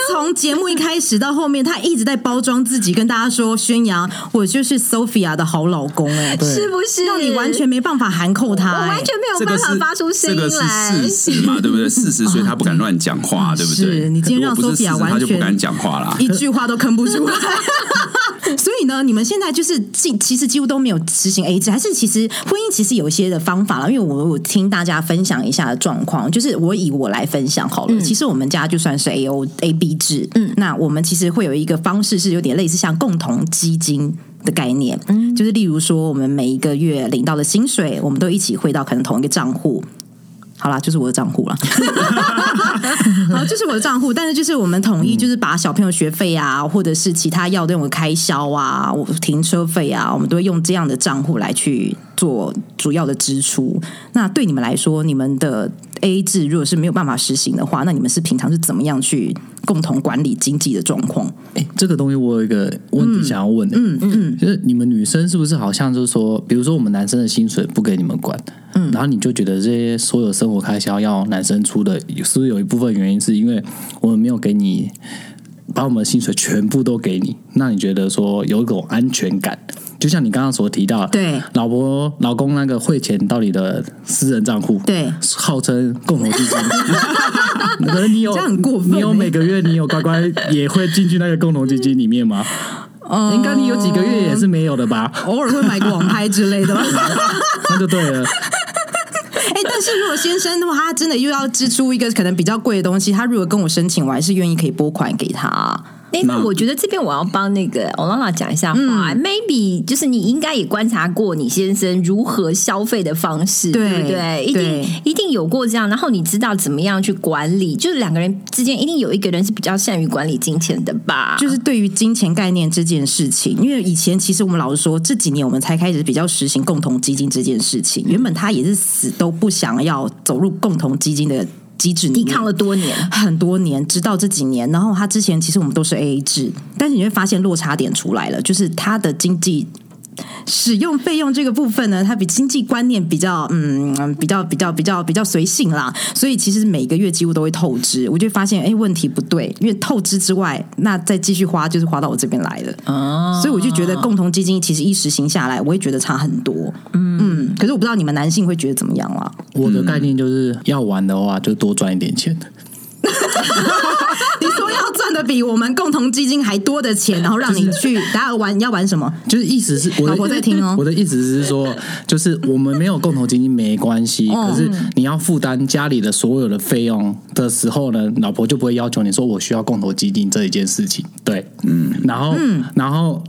B: 从节目一开始到后面，他一直在包装自己，跟大家说宣扬我就是 Sophia 的好老公哎、
A: 是不是？
B: 让你完全没办法含扣他、
A: 我
B: 哎
A: 完全没有
D: 这
A: 办
D: 个
A: 法
D: 是
A: 发出声音
D: 这个
A: 来。
D: 是事实嘛，对不对？事实，所以他不敢乱讲
A: <laughs>
D: 话，对不对？
B: 是你今天让
D: 如果不是
B: Sophia
D: 事实
B: 完
D: 他就不
B: 全
D: 敢讲话啦。
B: 一句话都吭不出来。所以呢，你们现在就是几其实几乎都没有实行 A 制，还是其实婚姻其实有一些的方法了。因为我我听大家分享一下的状况，就是我以我来分享好了。其实我们家就算是 A O A B 制，嗯，那我们其实会有一个方式是有点类似像共同基金。的概念，就是例如说，我们每一个月领到的薪水，我们都一起汇到可能同一个账户，好啦，就是我的账户了。好，这是我的账户，但是就是我们统一，就是把小朋友学费啊，或者是其他要的那种开销啊，我停车费啊，我们都会用这样的账户来去做主要的支出。那对你们来说，你们的 A 制如果是没有办法实行的话，那你们是平常是怎么样去共同管理经济的状况？
C: 哎、这个东西我有一个问题想要问、的，
B: 嗯嗯，
C: 就是你们女生是不是好像就是说，比如说我们男生的薪水不给你们管，嗯，然后你就觉得这些所有生活开销要男生出的，是不是有一部分原因是因为我们没有给你把我们的薪水全部都给你，那你觉得说有一种安全感？就像你刚刚所提到，
B: 对
C: 老婆老公那个汇钱到你的私人账户，
B: 对
C: 号称共同基
B: <laughs>
C: 金。可能你有
B: 这样很过分
C: 你有
B: 欸
C: 每个月你有乖乖也会进去那个共同基金里面吗？
B: 呃
C: 应该你有几个月也是没有
B: <laughs>
C: 的吧？
B: 偶尔会买个网拍之类的吧。
C: 那就对了。
B: <laughs> 哎、但是如果先生的话，他真的又要支出一个可能比较贵的东西，他如果跟我申请，我还是愿意可以拨款给他、啊
A: 哎，那我觉得这边我要帮那个欧拉拉讲一下话、m
B: 嗯
A: a y b e 就是你应该也观察过你先生如何消费的方式，
B: 对
A: 不对？一定
B: 对
A: 一定有过这样，然后你知道怎么样去管理，就是两个人之间一定有一个人是比较善于管理金钱的吧？
B: 就是对于金钱概念这件事情，因为以前其实我们老实说，这几年我们才开始比较实行共同基金这件事情。原本他也是死都不想要走入共同基金的机制里
A: 抵
B: 面
A: 抗了多年，
B: 很多年，直到这几年。然后他之前其实我们都是 A A 制，但是你会发现落差点出来了，就是他的经济。使用费用这个部分呢，他比经济观念比较，嗯，嗯比较比较比较比较随性啦，所以其实每个月几乎都会透支，我就发现，哎，问题不对，因为透支之外，那再继续花就是花到我这边来了，哦，所以我就觉得共同基金其实一实行下来，我也觉得差很多，嗯嗯，可是我不知道你们男性会觉得怎么样啦，
C: 我的概念就是要玩的话，就多赚一点钱。
B: 你说要赚的比我们共同基金还多的钱，然后让你去，大家玩你要玩什么？
C: 就是意思是我的
B: 老婆在听哦
C: <laughs> 我的意思是说，就是我们没有共同基金没关系，
B: 嗯
C: 可是你要负担家里的所有的费用的时候呢，老婆就不会要求你说我需要共同基金这一件事情。对，嗯，然后，然后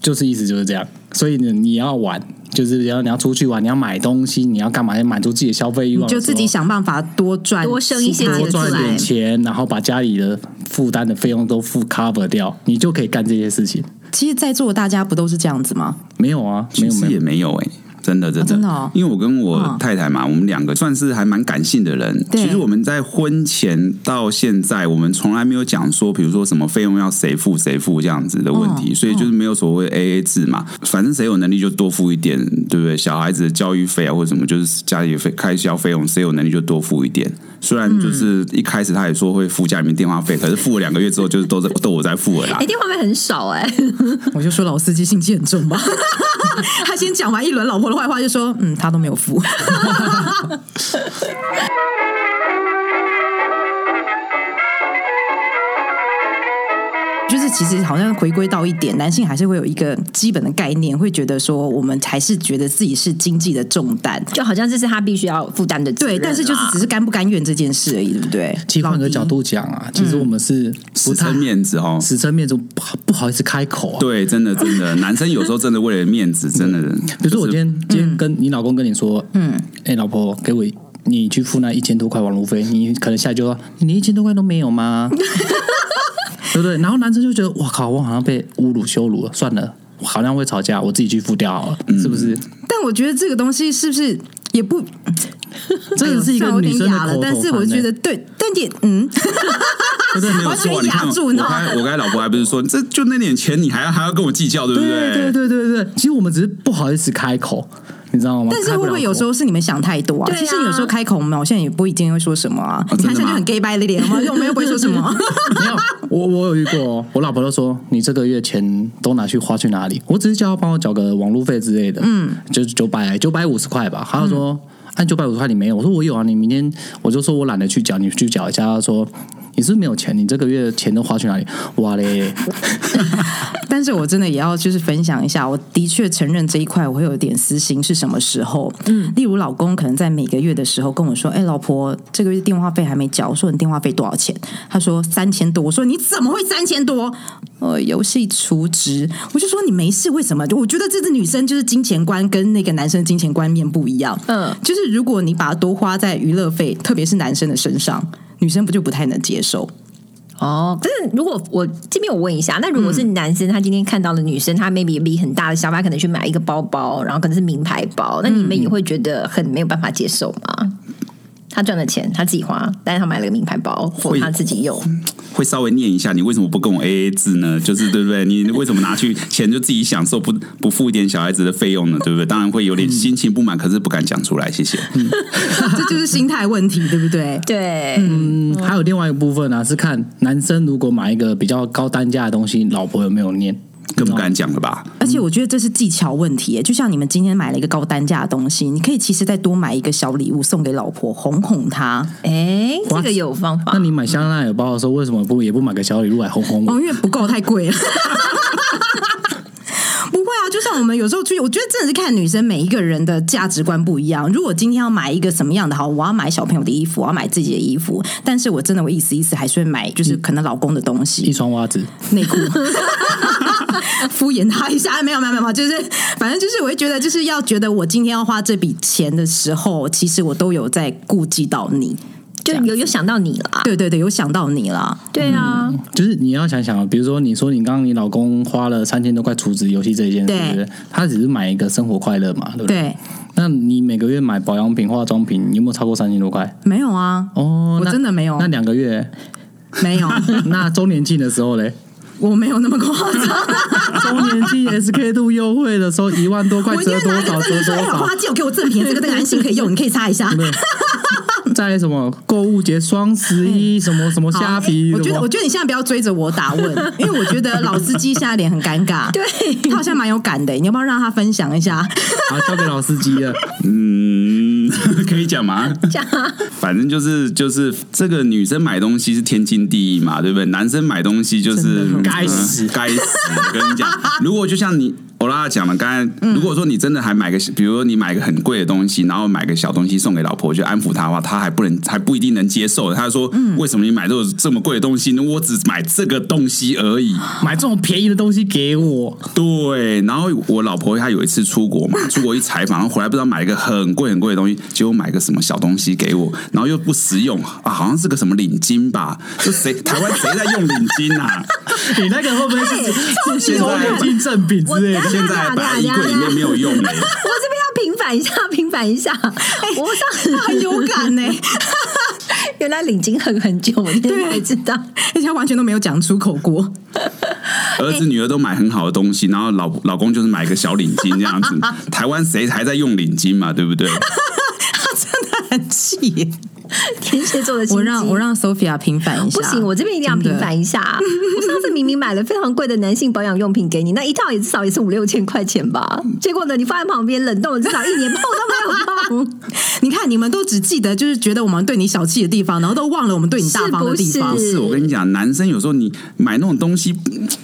C: 就是意思就是这样，所以呢，你要玩。就是你要你要出去玩，你要买东西，你要干嘛？要满足自己的消费欲
B: 你
C: 望的时
B: 就
C: 候，
B: 自己想办法多赚，
A: 多生一些
B: 其
A: 钱
B: 他
C: 多
A: 出
B: 的
C: 赚一
A: 来
C: 点。钱，然后把家里的负担的费用都付 cover 掉，你就可以干这些事情。
B: 其实，在座的大家不都是这样子吗？
C: 没有啊，没
D: 其
C: 有
D: 实
C: 没
D: 也
C: 有，
D: 没有哎、真的真的、
B: 真的哦
D: 因为我跟
B: 嗯
D: 我太太嘛，我们两个算是还蛮感性的人。
B: 对
D: 其实我们在婚前到现在，我们从来没有讲说，比如说什么费用要谁付谁付这样子的问题，所以就是没有所谓 A A 制嘛，反正谁有能力就多付一点，对不对？小孩子的教育费啊或者什么，就是家里的费开销费用，谁有能力就多付一点。虽然就是一开始他也说会付家里面电话费，可是付了两个月之后，就是都在都我在付了啦
A: 哎，。电话费很少哎、
B: 我就说老司机心机很重吧。 <laughs> 他先讲完一轮老婆的坏话，就说嗯，他都没有 <laughs> 付。就是其实好像回归到一点，男性还是会有一个基本的概念，会觉得说我们还是觉得自己是经济的重担。
A: <laughs> 就好像这是他必须要负担的责
B: 对，
A: 任啦
B: 但是啊就是只是甘不甘愿这件事而已，对不对？
C: 其实换个角
B: 老弟，
C: 度讲啊，其实我们是啊不
D: 死
C: 太
D: 撑面子哦。
C: 死撑面子，不好不好意思开口啊。，
D: <laughs> 对，真的真的，男生有时候真的为了面子，真的。比
C: 嗯比如说我今天今天跟你老公跟你说，嗯，哎，老婆，给我你去付那一千多块网路费，你可能下一句就说你一千多块都没有吗？对不对？然后男生就觉得哇靠，我好像被侮辱羞辱了，算了，我好像会吵架，我自己去付掉好了，是不是？
B: 但我觉得这个东西是不是也不
C: 真的是一
B: 哎
C: 个
B: 呦算我有
C: 女
B: 点
C: 生的
B: 哑了
C: 口，头
B: 但是我
C: 禅呢欸
B: 觉得对，但也嗯，
D: 真的没有错啊，
B: 完全
D: 你看
B: 压住
D: 我
B: 呢
D: 该我该老婆还不是说这就那点钱，你还要还要跟我计较，对不
C: 对对对对对，其实我们只是不好意思开口，你知道吗？
B: 但是
C: 开
B: 会
C: 不
B: 不
C: 了
B: 会有
C: 口
B: 时候是你们想太多
C: <laughs>
B: 啊？
A: 对啊
B: 其实有时候开口，我们好像也不一定会说什么啊。
D: 哦
B: 你看
D: 真的
B: 现在
D: 吗
B: 就很 gay 白的脸嘛，我们又不会说什么。啊
C: <laughs> 没有，我我有遇过哦，我老婆都说你这个月钱都拿去花去哪里？我只是叫她帮我缴个网路费之类的，嗯，就是九百九百五十块吧。她就说按九百五十块你没有，我说我有啊，你明天我就说我懒得去缴，你去缴一下。她说你是不是没有钱，你这个月钱都花去哪里？哇嘞，
B: 但是我真的也要就是分享一下，我的确承认这一块我会有点私心，是什么时候？嗯，例如老公可能在每个月的时候跟我说：“哎、老婆，这个月电话费还没缴。”我说：“你电话费多少钱？”他说：“三千多。”我说：“你怎么会三千多？”呃，游戏除值，我就说你没事，为什么？我觉得这是女生就是金钱观跟那个男生金钱观念不一样。
A: 嗯
B: 嗯，就是如果你把它多花在娱乐费，特别是男生的身上，女生不就不太能接受？ <laughs>
A: 哦，但是如果我这边我问一下，那如果是男生，他今天看到了女生，他 maybe 有很大的想法，可能去买一个包包，然后可能是名牌包，那你们也会觉得很没有办法接受吗？他赚了钱，他自己花，但是他买了个名牌包，或
D: 会
A: 他自己用，
D: 会稍微念一下，你为什么不跟我 A A 制呢？就是对不对？你为什么拿去钱就自己享受，不不付一点小孩子的费用呢？对不对？当然会
C: 嗯
D: 有点心情不满，可是不敢讲出来。谢谢。
B: 这就是心态问题，对不对？
A: 对，
C: 嗯，还有另外一个部分呢、是看男生如果买一个比较高单价的东西，老婆有没有念？
D: 更不敢讲了吧？
B: 而且我觉得这是技巧问题耶，就像你们今天买了一个高单价的东西，你可以其实再多买一个小礼物送给老婆，哄哄她。
A: 哎、这个有方法
C: 那。你买香奈儿包的时候，为什么不也不买个小礼物来哄哄我？
B: 哦，因为不够太贵了。 <laughs> 不会啊，就像我们有时候去，我觉得真的是看女生每一个人的价值观不一样。如果今天要买一个什么样的好，我要买小朋友的衣服，我要买自己的衣服，但是我真的我意思意思还是会买，就是可能老公的东西。
C: 一双袜子，
B: 内裤。敷衍他一下，没有没有没有，就是反正就是，我会觉得就是要觉得我今天要花这笔钱的时候，其实我都有在顾及到你，
A: 就有有想到你了，
B: 对对对，有想到你啦。
A: 对啊，
C: 就是你要想想啊，比如说你说你刚刚你老公花了三千多块储值游戏这一件
B: 对
C: 事，对不对他只是买一个生活快乐嘛，对不对？
B: 对，
C: 那你每个月买保养品、化妆品，你有没有超过三千多块？
B: 没有啊，
C: 哦，
B: 我
C: 那
B: 真的没有
C: 那两个月， <laughs>
B: 没有，
C: 那周年庆的时
B: <laughs>
C: 候嘞，
B: 我没有那么夸张。
C: 周年庆 SK two 优惠的时候一万多块
B: 我今
C: 折
B: 天
C: 多
B: 拿一
C: 少
B: 个
C: 折
B: 赠品
C: 多
B: 说，哎，老
C: 少
B: 花，借我给我赠品，这个这个安心可以用，你可以擦一下。
C: 对。在什么购物节、双十一什么什么虾皮，
B: 哎我觉
C: 什
B: 得，
C: 么
B: 我觉得你现在不要追着我打问，因为我觉得老司机现在脸很尴尬，对他好像蛮有感的，你要不要让他分享一下？
C: 啊，交给老司机了。
D: 嗯， <laughs> 可以讲吗？
A: 讲啊
D: 反正就是就是这个女生买东西是天经地义嘛，对不对？男生买东西就是
B: 真的
C: 该死
D: 嗯该死！我跟你讲，如果就像你欧拉讲的，刚才如果说你真的还买个，比如说你买个很贵的东西，然后买个小东西送给老婆，就安抚她的话，她还不能还不一定能接受。她说：“为什么你买这这么贵的东西呢？我只买这个东西而已。”
C: 买这种便宜的东西给我，
D: 对，然后我老婆她有一次出国
C: <laughs>
D: 嘛，出国一采访，然后回来不知道买一个很贵很贵的东西，结果买个什么小东西给我，然后又不实用啊，好像是个什么领巾吧？ <laughs> 这谁台湾谁在用领巾啊？
C: 你那个会不会是是
D: 现 <laughs>
C: 周
D: 在
C: 年庆赠品之类的？
D: 现在摆在衣柜里面没有用嘞、欸
A: 我这边要平反一下，平反 <laughs> 一下。我上次
B: 很有感呢、
A: 原来领巾恨很久，我今天才知道。
B: 而且他完全都没有讲出口过。
D: 儿子女儿都买很好的东西，然后老老公就是买个小领巾这样子，台湾谁还在用领巾嘛？对不对？
B: 他真的很气耶，
A: 天蝎座的心机。
B: 我让我让 Sophia 平反一下，
A: 不行，我这边一定要
B: 真的
A: 平反一下 <laughs> 啊。我上次明明买了非常贵的男性保养用品给你，那一套也至少也是五六千块钱吧。结果呢，你放在旁边冷冻了至少一年，碰 <laughs> 都没有碰，
B: 你看，你们都只记得就是觉得我们对你小气的地方，然后都忘了我们对你大方的地方
A: 是不。
C: 嗯
D: 是我跟你讲，男生有时候你买那种东西，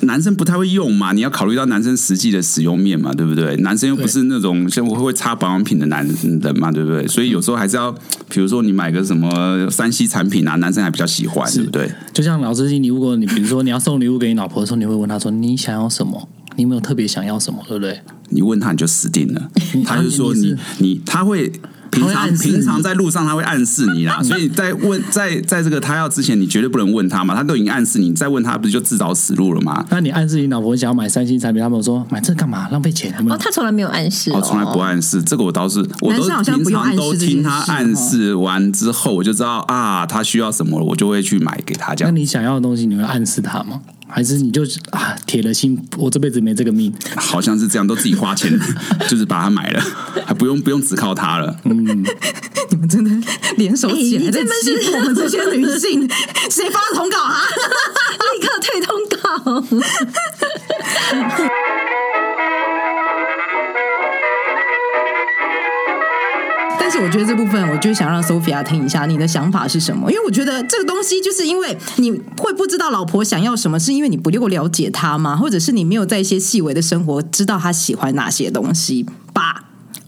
D: 男生不太会用嘛，你要考虑到男生实际的使用面嘛，对不对？男生又不是那种像我会擦保养品的男人嘛，对不
C: 嗯
D: 对？所以有时候还是要，比如说你买个什么山西产品啊，男生还比较喜欢，对不对？
C: 就像老司机，你如果你比如说你要送礼物给你老婆的时候，你会问她说你想要什么？你有没有特别想要什么？对不对？
D: 你问他你就死定了，
C: 嗯
D: 他就说
C: 你
D: 你
C: 是
D: 你他会。平
C: 他会
D: 常
C: 暗示你嗯
D: 平常在路上他会暗示你啦，所以在问在在这个他要之前，你绝对不能问他嘛，他都已经暗示你，你再问他不是就自找死路了吗？
C: 那你暗示你老婆想要买三星产品，他们说买这干嘛？浪费钱。有没有
A: 哦，他从来没有 <laughs> 暗示、
D: 哦，从来不暗示，这个我倒是，我
B: 男
D: 都
B: 生好像
D: 平
B: 不用
D: 常都
B: 暗示这
D: 听
B: 件
D: 他
B: 事
D: 暗
B: 哦
D: 示完之后，我就知道啊，他需要什么了，我就会去买给他这
C: 那
B: 嗯
D: 样。
C: 你想要的东西，你会暗示她吗？还是你就啊铁了心，我这辈子没这个命？
D: 好像是这样，都自己花钱， <laughs> 就是把它买了，还不用不用只靠他了。
B: <laughs> 你们真的联手起
A: 哎
B: 来
A: 你
B: 在
A: 真的
B: 欺
A: 是
B: 负我们这些女
A: <laughs>
B: 性，谁发的通稿啊？
A: 立刻退通告。
B: 但是我觉得这部分，我就想让 Sophia 听一下你的想法是什么，因为我觉得这个东西就是因为你会不知道老婆想要什么，是因为你不够了解她吗？或者是你没有在一些细微的生活知道她喜欢哪些东西吧？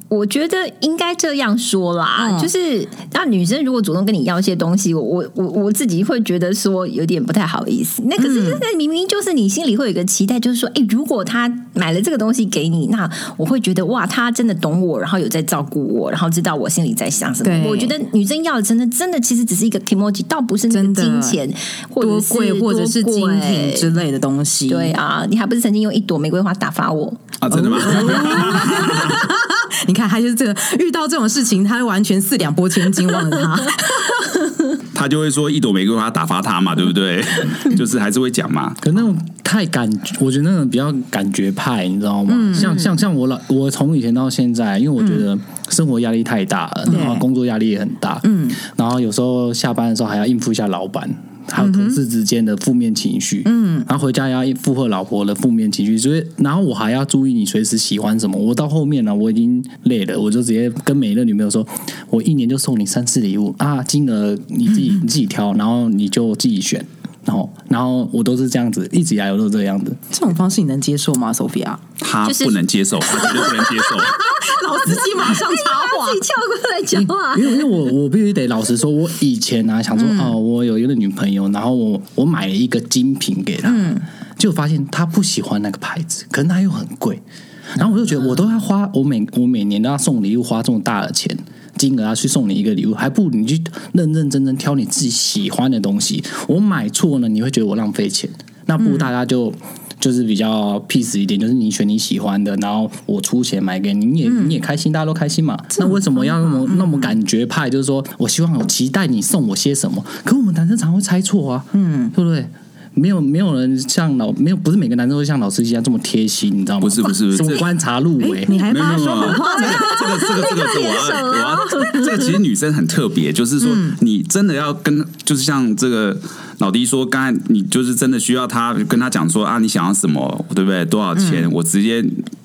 A: 我觉得应该这样说啦，
B: 嗯
A: 就是那女生如果主动跟你要一些东西，我我我我自己会觉得说有点不太好意思。那可
B: 嗯
A: 是那明明就是你心里会有一个期待，就是说，哎、如果他买了这个东西给你，那我会觉得哇，他真的懂我，然后有在照顾我，然后知道我心里在想什么。
B: 对
A: 我觉得女生要的真的真的其实只是一个 emoji，倒不是那个
B: 真的
A: 金钱或者
B: 多
A: 是
B: 贵或者是
A: 多
B: 精
A: 贵
B: 品之类的东西，
A: 对啊，你还不是曾经用一朵玫瑰花打发我？
B: 哦
D: 啊，真的吗？
B: 你看，他就是这个遇到这种事情，他会完全四两拨千斤，忘
A: <laughs>
B: 了他。
D: <laughs> 他就会说一朵玫瑰花打发他嘛，对不对？就是还是会讲嘛。
C: 可那种太感，我觉得那种比较感觉派，你知道吗？
A: 嗯
C: 像像像我老，我从以前到现在，因为我觉得生活压力太大了，
A: 嗯
C: 然后工作压力也很大，嗯，然后有时候下班的时候还要应付一下老板。还有同事之间的负面情绪，嗯，然后回家要附和老婆的负面情绪，所以然后我还要注意你随时喜欢什么。我到后面呢、我已经累了，我就直接跟每一个女朋友说，我一年就送你三次礼物啊，金额你自己你自己挑，然后你就自己选。然后，然后我都是这样子，一直以来我都是这样子。
B: 这种方式你能接受吗，Sophia？
D: 他
A: 就是
D: 不能接受，他绝对不能接受。
B: 老司机马上插 <laughs> 话
A: <laughs> 自己跳过来讲话
C: 因。为因为我我必须得老实说，我以前啊想说、哦，我有一个女朋友，然后我我买了一个精品给她，结果发现她不喜欢那个牌子，可是它又很贵，然后我就觉得我都要花，我每我每年都要送礼物花这么大的钱。金额要啊去送你一个礼物，还不如你去认认真真挑你自己喜欢的东西。我买错呢，你会觉得我浪费钱。那不如大家就、就是比较 peace 一点，就是你选你喜欢的，然后我出钱买给你，你也、你也开心，大家都开心嘛。那为什么要那么那么感觉派？就是说我希望我期待你送我些什么，可我们男生常会猜错啊，嗯，对不对？没有没有人像老没有不是每个男生都像老司机一啊样这么贴心，你知道吗？
D: 不是不是不是
C: 什么观察欸入微，
B: 哎你还
D: 没有
B: 帮他
D: 没有
B: 说
D: 没有
B: 狠
D: <laughs>
B: 话呢？
D: 这个这个这个这个 <laughs> 啊我要我要这个其实女生很特别，就是说你真的要跟，就是像这个老弟说，刚才你就是真的需要他跟他讲说啊，你想要什么，对不对？多少钱？我直接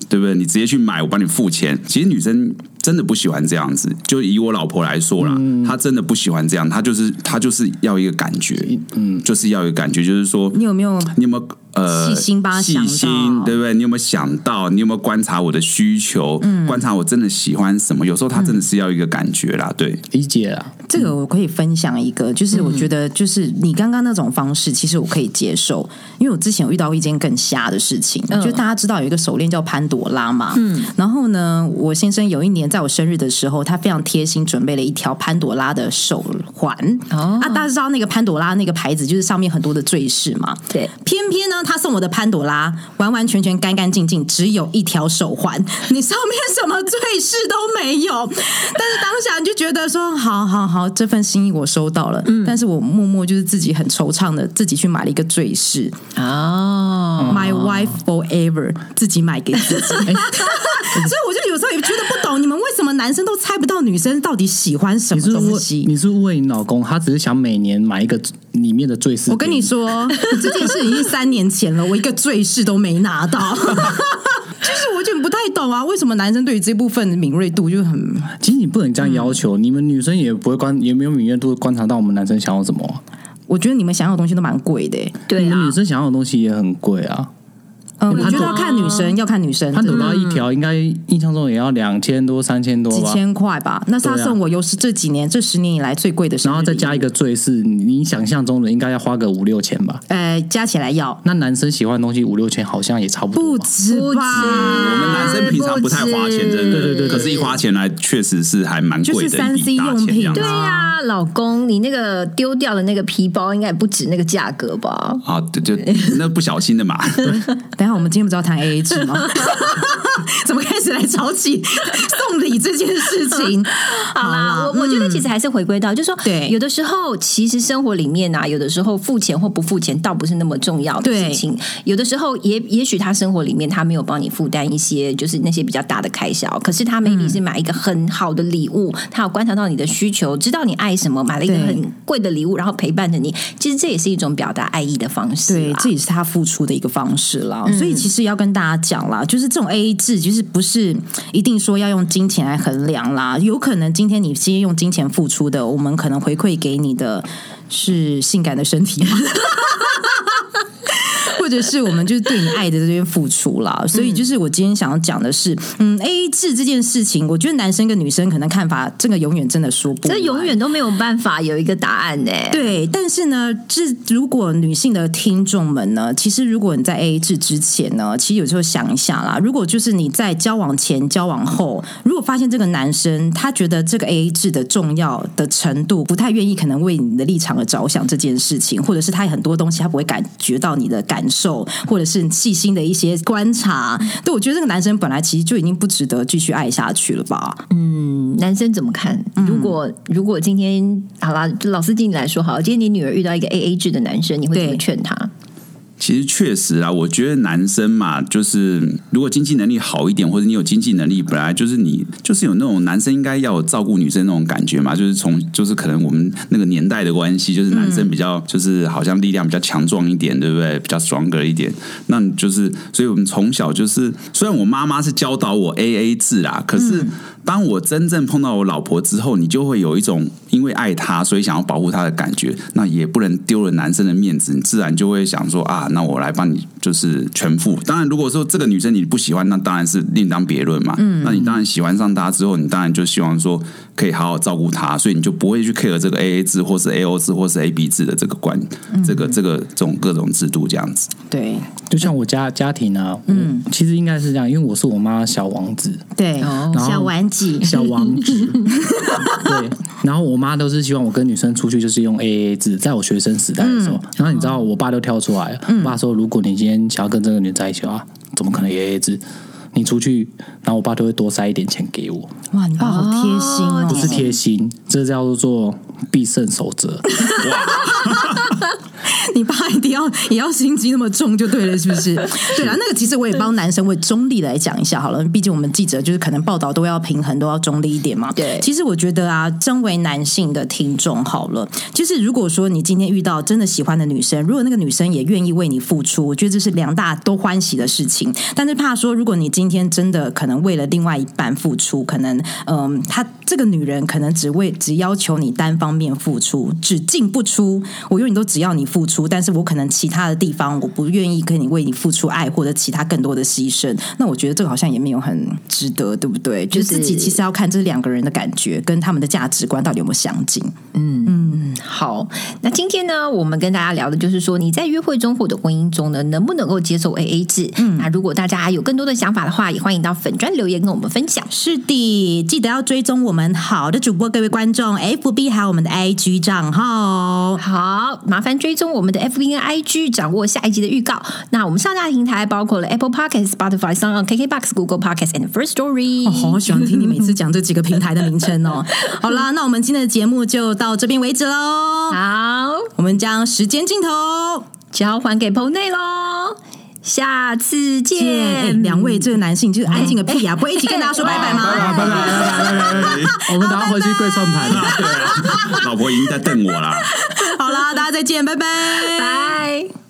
D: 对不对？你直接去买，我帮你付钱。其实女生。真的不喜欢这样子，就以我老婆来说啦，她真的不喜欢这样，她就是她就是要一个感觉，嗯，就是要一个感觉，就是说，
B: 你有没有
D: 你有没有呃
B: 细心帮他
D: 细
B: 想到
D: 心，对不对？你有没有想到？你有没有观察我的需求？
B: 嗯
D: 观察我真的喜欢什么？有时候他真的是要一个感觉啦，对。
C: 理解啊。
B: 这个我可以分享一个，就是我觉得就是你刚刚那种方式，其实我可以接受，因为我之前有遇到一件更瞎的事情，就大家知道有一个手链叫潘朵拉嘛，嗯，然后呢，我先生有一年在我生日的时候，他非常贴心准备了一条潘朵拉的手环，哦，啊，大家知道那个潘朵拉那个牌子就是上面很多的坠饰嘛，
A: 对，
B: 偏偏呢，他送我的潘朵拉完完全全干干净净，只有一条手环，你上面什么坠饰都没有。 <laughs> 但是当下你就觉得说，好好好，这份心意我收到了。
C: 嗯
B: 但是我默默就是自己很惆怅的，自己去买了一个坠饰、
A: 哦，
B: m y
C: <laughs>
B: wife forever，自己买给自己。所以我就有时候也觉得不懂，你们为什么男生都猜不到女生到底喜欢什
C: 你
B: 么
C: 是
B: 东
C: 问
B: 西。
C: 你是问你老公，他只是想每年买一个里面的最饰。
B: 我跟你，说， <laughs> 这件事已经三年前了，我一个最事都没拿到。 <laughs> 就是我有点不太懂啊，为什么男生对于这部分的敏锐度就很
C: 其实你不能这样要求，
B: 嗯
C: 你们女生也不会观，也没有敏锐度观察到我们男生想要什么啊。
B: 我觉得你们想要的东西都蛮贵的、欸，
A: 对
C: 你们
A: 啊
C: 女，生想要的东西也很贵啊，
B: 嗯，
C: 他
B: 我觉得
C: 懂
B: 要看女生，要看女生，
C: 他
B: 真
C: 走
B: 的
C: 到一条应该印象中也要两千多、三千多
B: 几
C: 吧，
B: 千块吧。那是他
C: 对啊
B: 送我，又是这几年这十年以来最贵的生日
C: 然
B: 礼物，
C: 后再加一个最饰，你你想象中的应该要花个五六千吧。
B: 呃，加起来要
C: 那男生喜欢的东西五六千好像也差不多
B: 不
C: 吧。
B: 止
A: 不止
B: 吧？
D: 我们男生平常不太花钱，真
C: 对
D: 的，
C: 对对对
D: 可是，一花钱来确实是还蛮贵
B: 嗯就是
D: 的，一笔
B: 3C
D: 大
B: 用
D: 钱这
B: 品
D: 样子
A: 对呀、老公，你那个丢掉的那个皮包应该也不止那个价格吧？
D: 啊，对就那不小心
B: <laughs>
D: 的嘛。
B: 等一下我们今天不是要谈 AA 制吗？ <laughs> 怎么开始来吵起送礼这件事 <laughs> 情？
A: 好啦，嗯我我觉得其实还是回归到，就是说，
B: 对
A: 有的时候其实生活里面呐、有的时候付钱或不付钱倒不是那么重要的
B: 对
A: 事情，有的时候也也许他生活里面他没有帮你负担一些就是那些比较大的开销，可是他 maybe 是买一个很好的礼物，他有观察到你的需求，知道你爱什么，买了一个
B: 对
A: 很贵的礼物，然后陪伴着你，其实这也是一种表达爱意的方式啊
B: 对，
A: 啦。嗯
B: 这也是他付出的一个方式啦。所以其实要跟大家讲啦，就是这种 A A 制，就是不是一定说要用金钱来衡量啦。有可能今天你先用金钱付出的，我们可能回馈给你的是性感的身体吗？ <laughs> 或者是我们就是对你爱的这边付出啦，所
A: 嗯
B: 以就是我今天想要讲的是，嗯，A A 制这件事情，我觉得男生跟女生可能看法，这个永远真的说不完，
A: 这永远都没有办法有一个答案呢、
B: 对，但是呢，这如果女性的听众们呢，其实如果你在 A A 制之前呢，其实有时候想一下啦，如果就是你在交往前、交往后，如果发现这个男生他觉得这个 A A 制的重要的程度，不太愿意可能为你的立场而着想这件事情，或者是他很多东西他不会感觉到你的感受，或者是细心的一些观察，对我觉得这个男生本来其实就已经不值得继续爱下去了吧？
A: 嗯男生怎么看？如果如果今天好啦，就老司机你来说好，今天你女儿遇到一个 A A 制的男生，你会怎么
B: 对
A: 劝她？
D: 其实确实啊，我觉得男生嘛，就是如果经济能力好一点，或者你有经济能力，本来就是你就是有那种男生应该要有照顾女生那种感觉嘛，就是从就是可能我们那个年代的关系，就是男生比较就是好像力量比较强壮一点，对不对？比较 stronger 一点，那你就是，所以我们从小就是，虽然我妈妈是教导我 A A 制啦，可是当我真正碰到我老婆之后，你就会有一种因为爱她，所以想要保护她的感觉。那也不能丢了男生的面子，你自然就会想说啊，那我来帮你就是全付。当然，如果说这个女生你不喜欢，那当然是另当别论嘛。嗯，那你当然喜欢上她之后，你当然就希望说可以好好照顾她，所以你就不会去 care 这个 A A 制或是 A O 制或是 A B 制的这个关，这个这个这种各种制度这样子。
B: 对
C: 就像我家家庭啊，嗯，其实应该是这样，因为我是我妈小王子，
B: 对，
C: 然后
A: 小丸子，
C: 小王子，对。然后我妈都是希望我跟女生出去就是用 A A 制，在我学生时代的时候，然后你知道我爸都跳出来了，我爸说如果你今天想要跟这个女在一起的话，怎么可能 A A 制？你出去，然后我爸都会多塞一点钱给我，
B: 哇，你爸好贴心哦，
C: 不是贴心，这叫做必胜守则。
B: <laughs> 你爸一定要也要心机那么重就对了，是不是？对啊，那个其实我也帮男生为中立来讲一下好了，毕竟我们记者就是可能报道都要平衡，都要中立一点嘛。
A: 对
B: 其实我觉得啊，身为男性的听众好了，就是如果说你今天遇到真的喜欢的女生，如果那个女生也愿意为你付出，我觉得这是两大都欢喜的事情。但是怕说，如果你今天真的可能为了另外一半付出，可能嗯，她这个女人可能只为只要求你单方面付出，只进不出，我永远都只要你付出，但是我可能其他的地方我不愿意跟你为你付出爱或者其他更多的牺牲，那我觉得这个好像也没有很值得，对不对？就是自己其实要看这两个人的感觉跟他们的价值观到底有没有相近。
A: 好，那今天呢，我们跟大家聊的就是说，你在约会中或者婚姻中呢，能不能够接受 A A 制？嗯，那如果大家还有更多的想法的话，也欢迎到粉砖留言跟我们分享。
B: 是的，记得要追踪我们好的主播各位观众，FB 还有我们的 IG 账号哦。
A: 好，麻烦追踪我们的 FB 跟 IG，掌握下一集的预告。那我们上架的平台包括了 Apple Podcast、Spotify、s o n KKBox、Google Podcast and First Story。
B: 我好喜欢听你每次讲这几个平台的名称 <laughs> 哦。好啦，那我们今天的节目就到这边为止喽。
A: 好，
B: 我们将时间镜头
A: 交还给棚内喽，下次
B: 见
A: 见。
B: 哎两位这个男性就是安静个屁呀、不会一起跟大家说拜拜吗？ <laughs>
A: 拜拜拜拜拜拜拜拜
D: 而已。
C: 哦我们等下回去跪算盘了。
D: 对啊，老婆已经在瞪我啦。
B: 哎好啦，大家再见，拜拜，
A: 拜。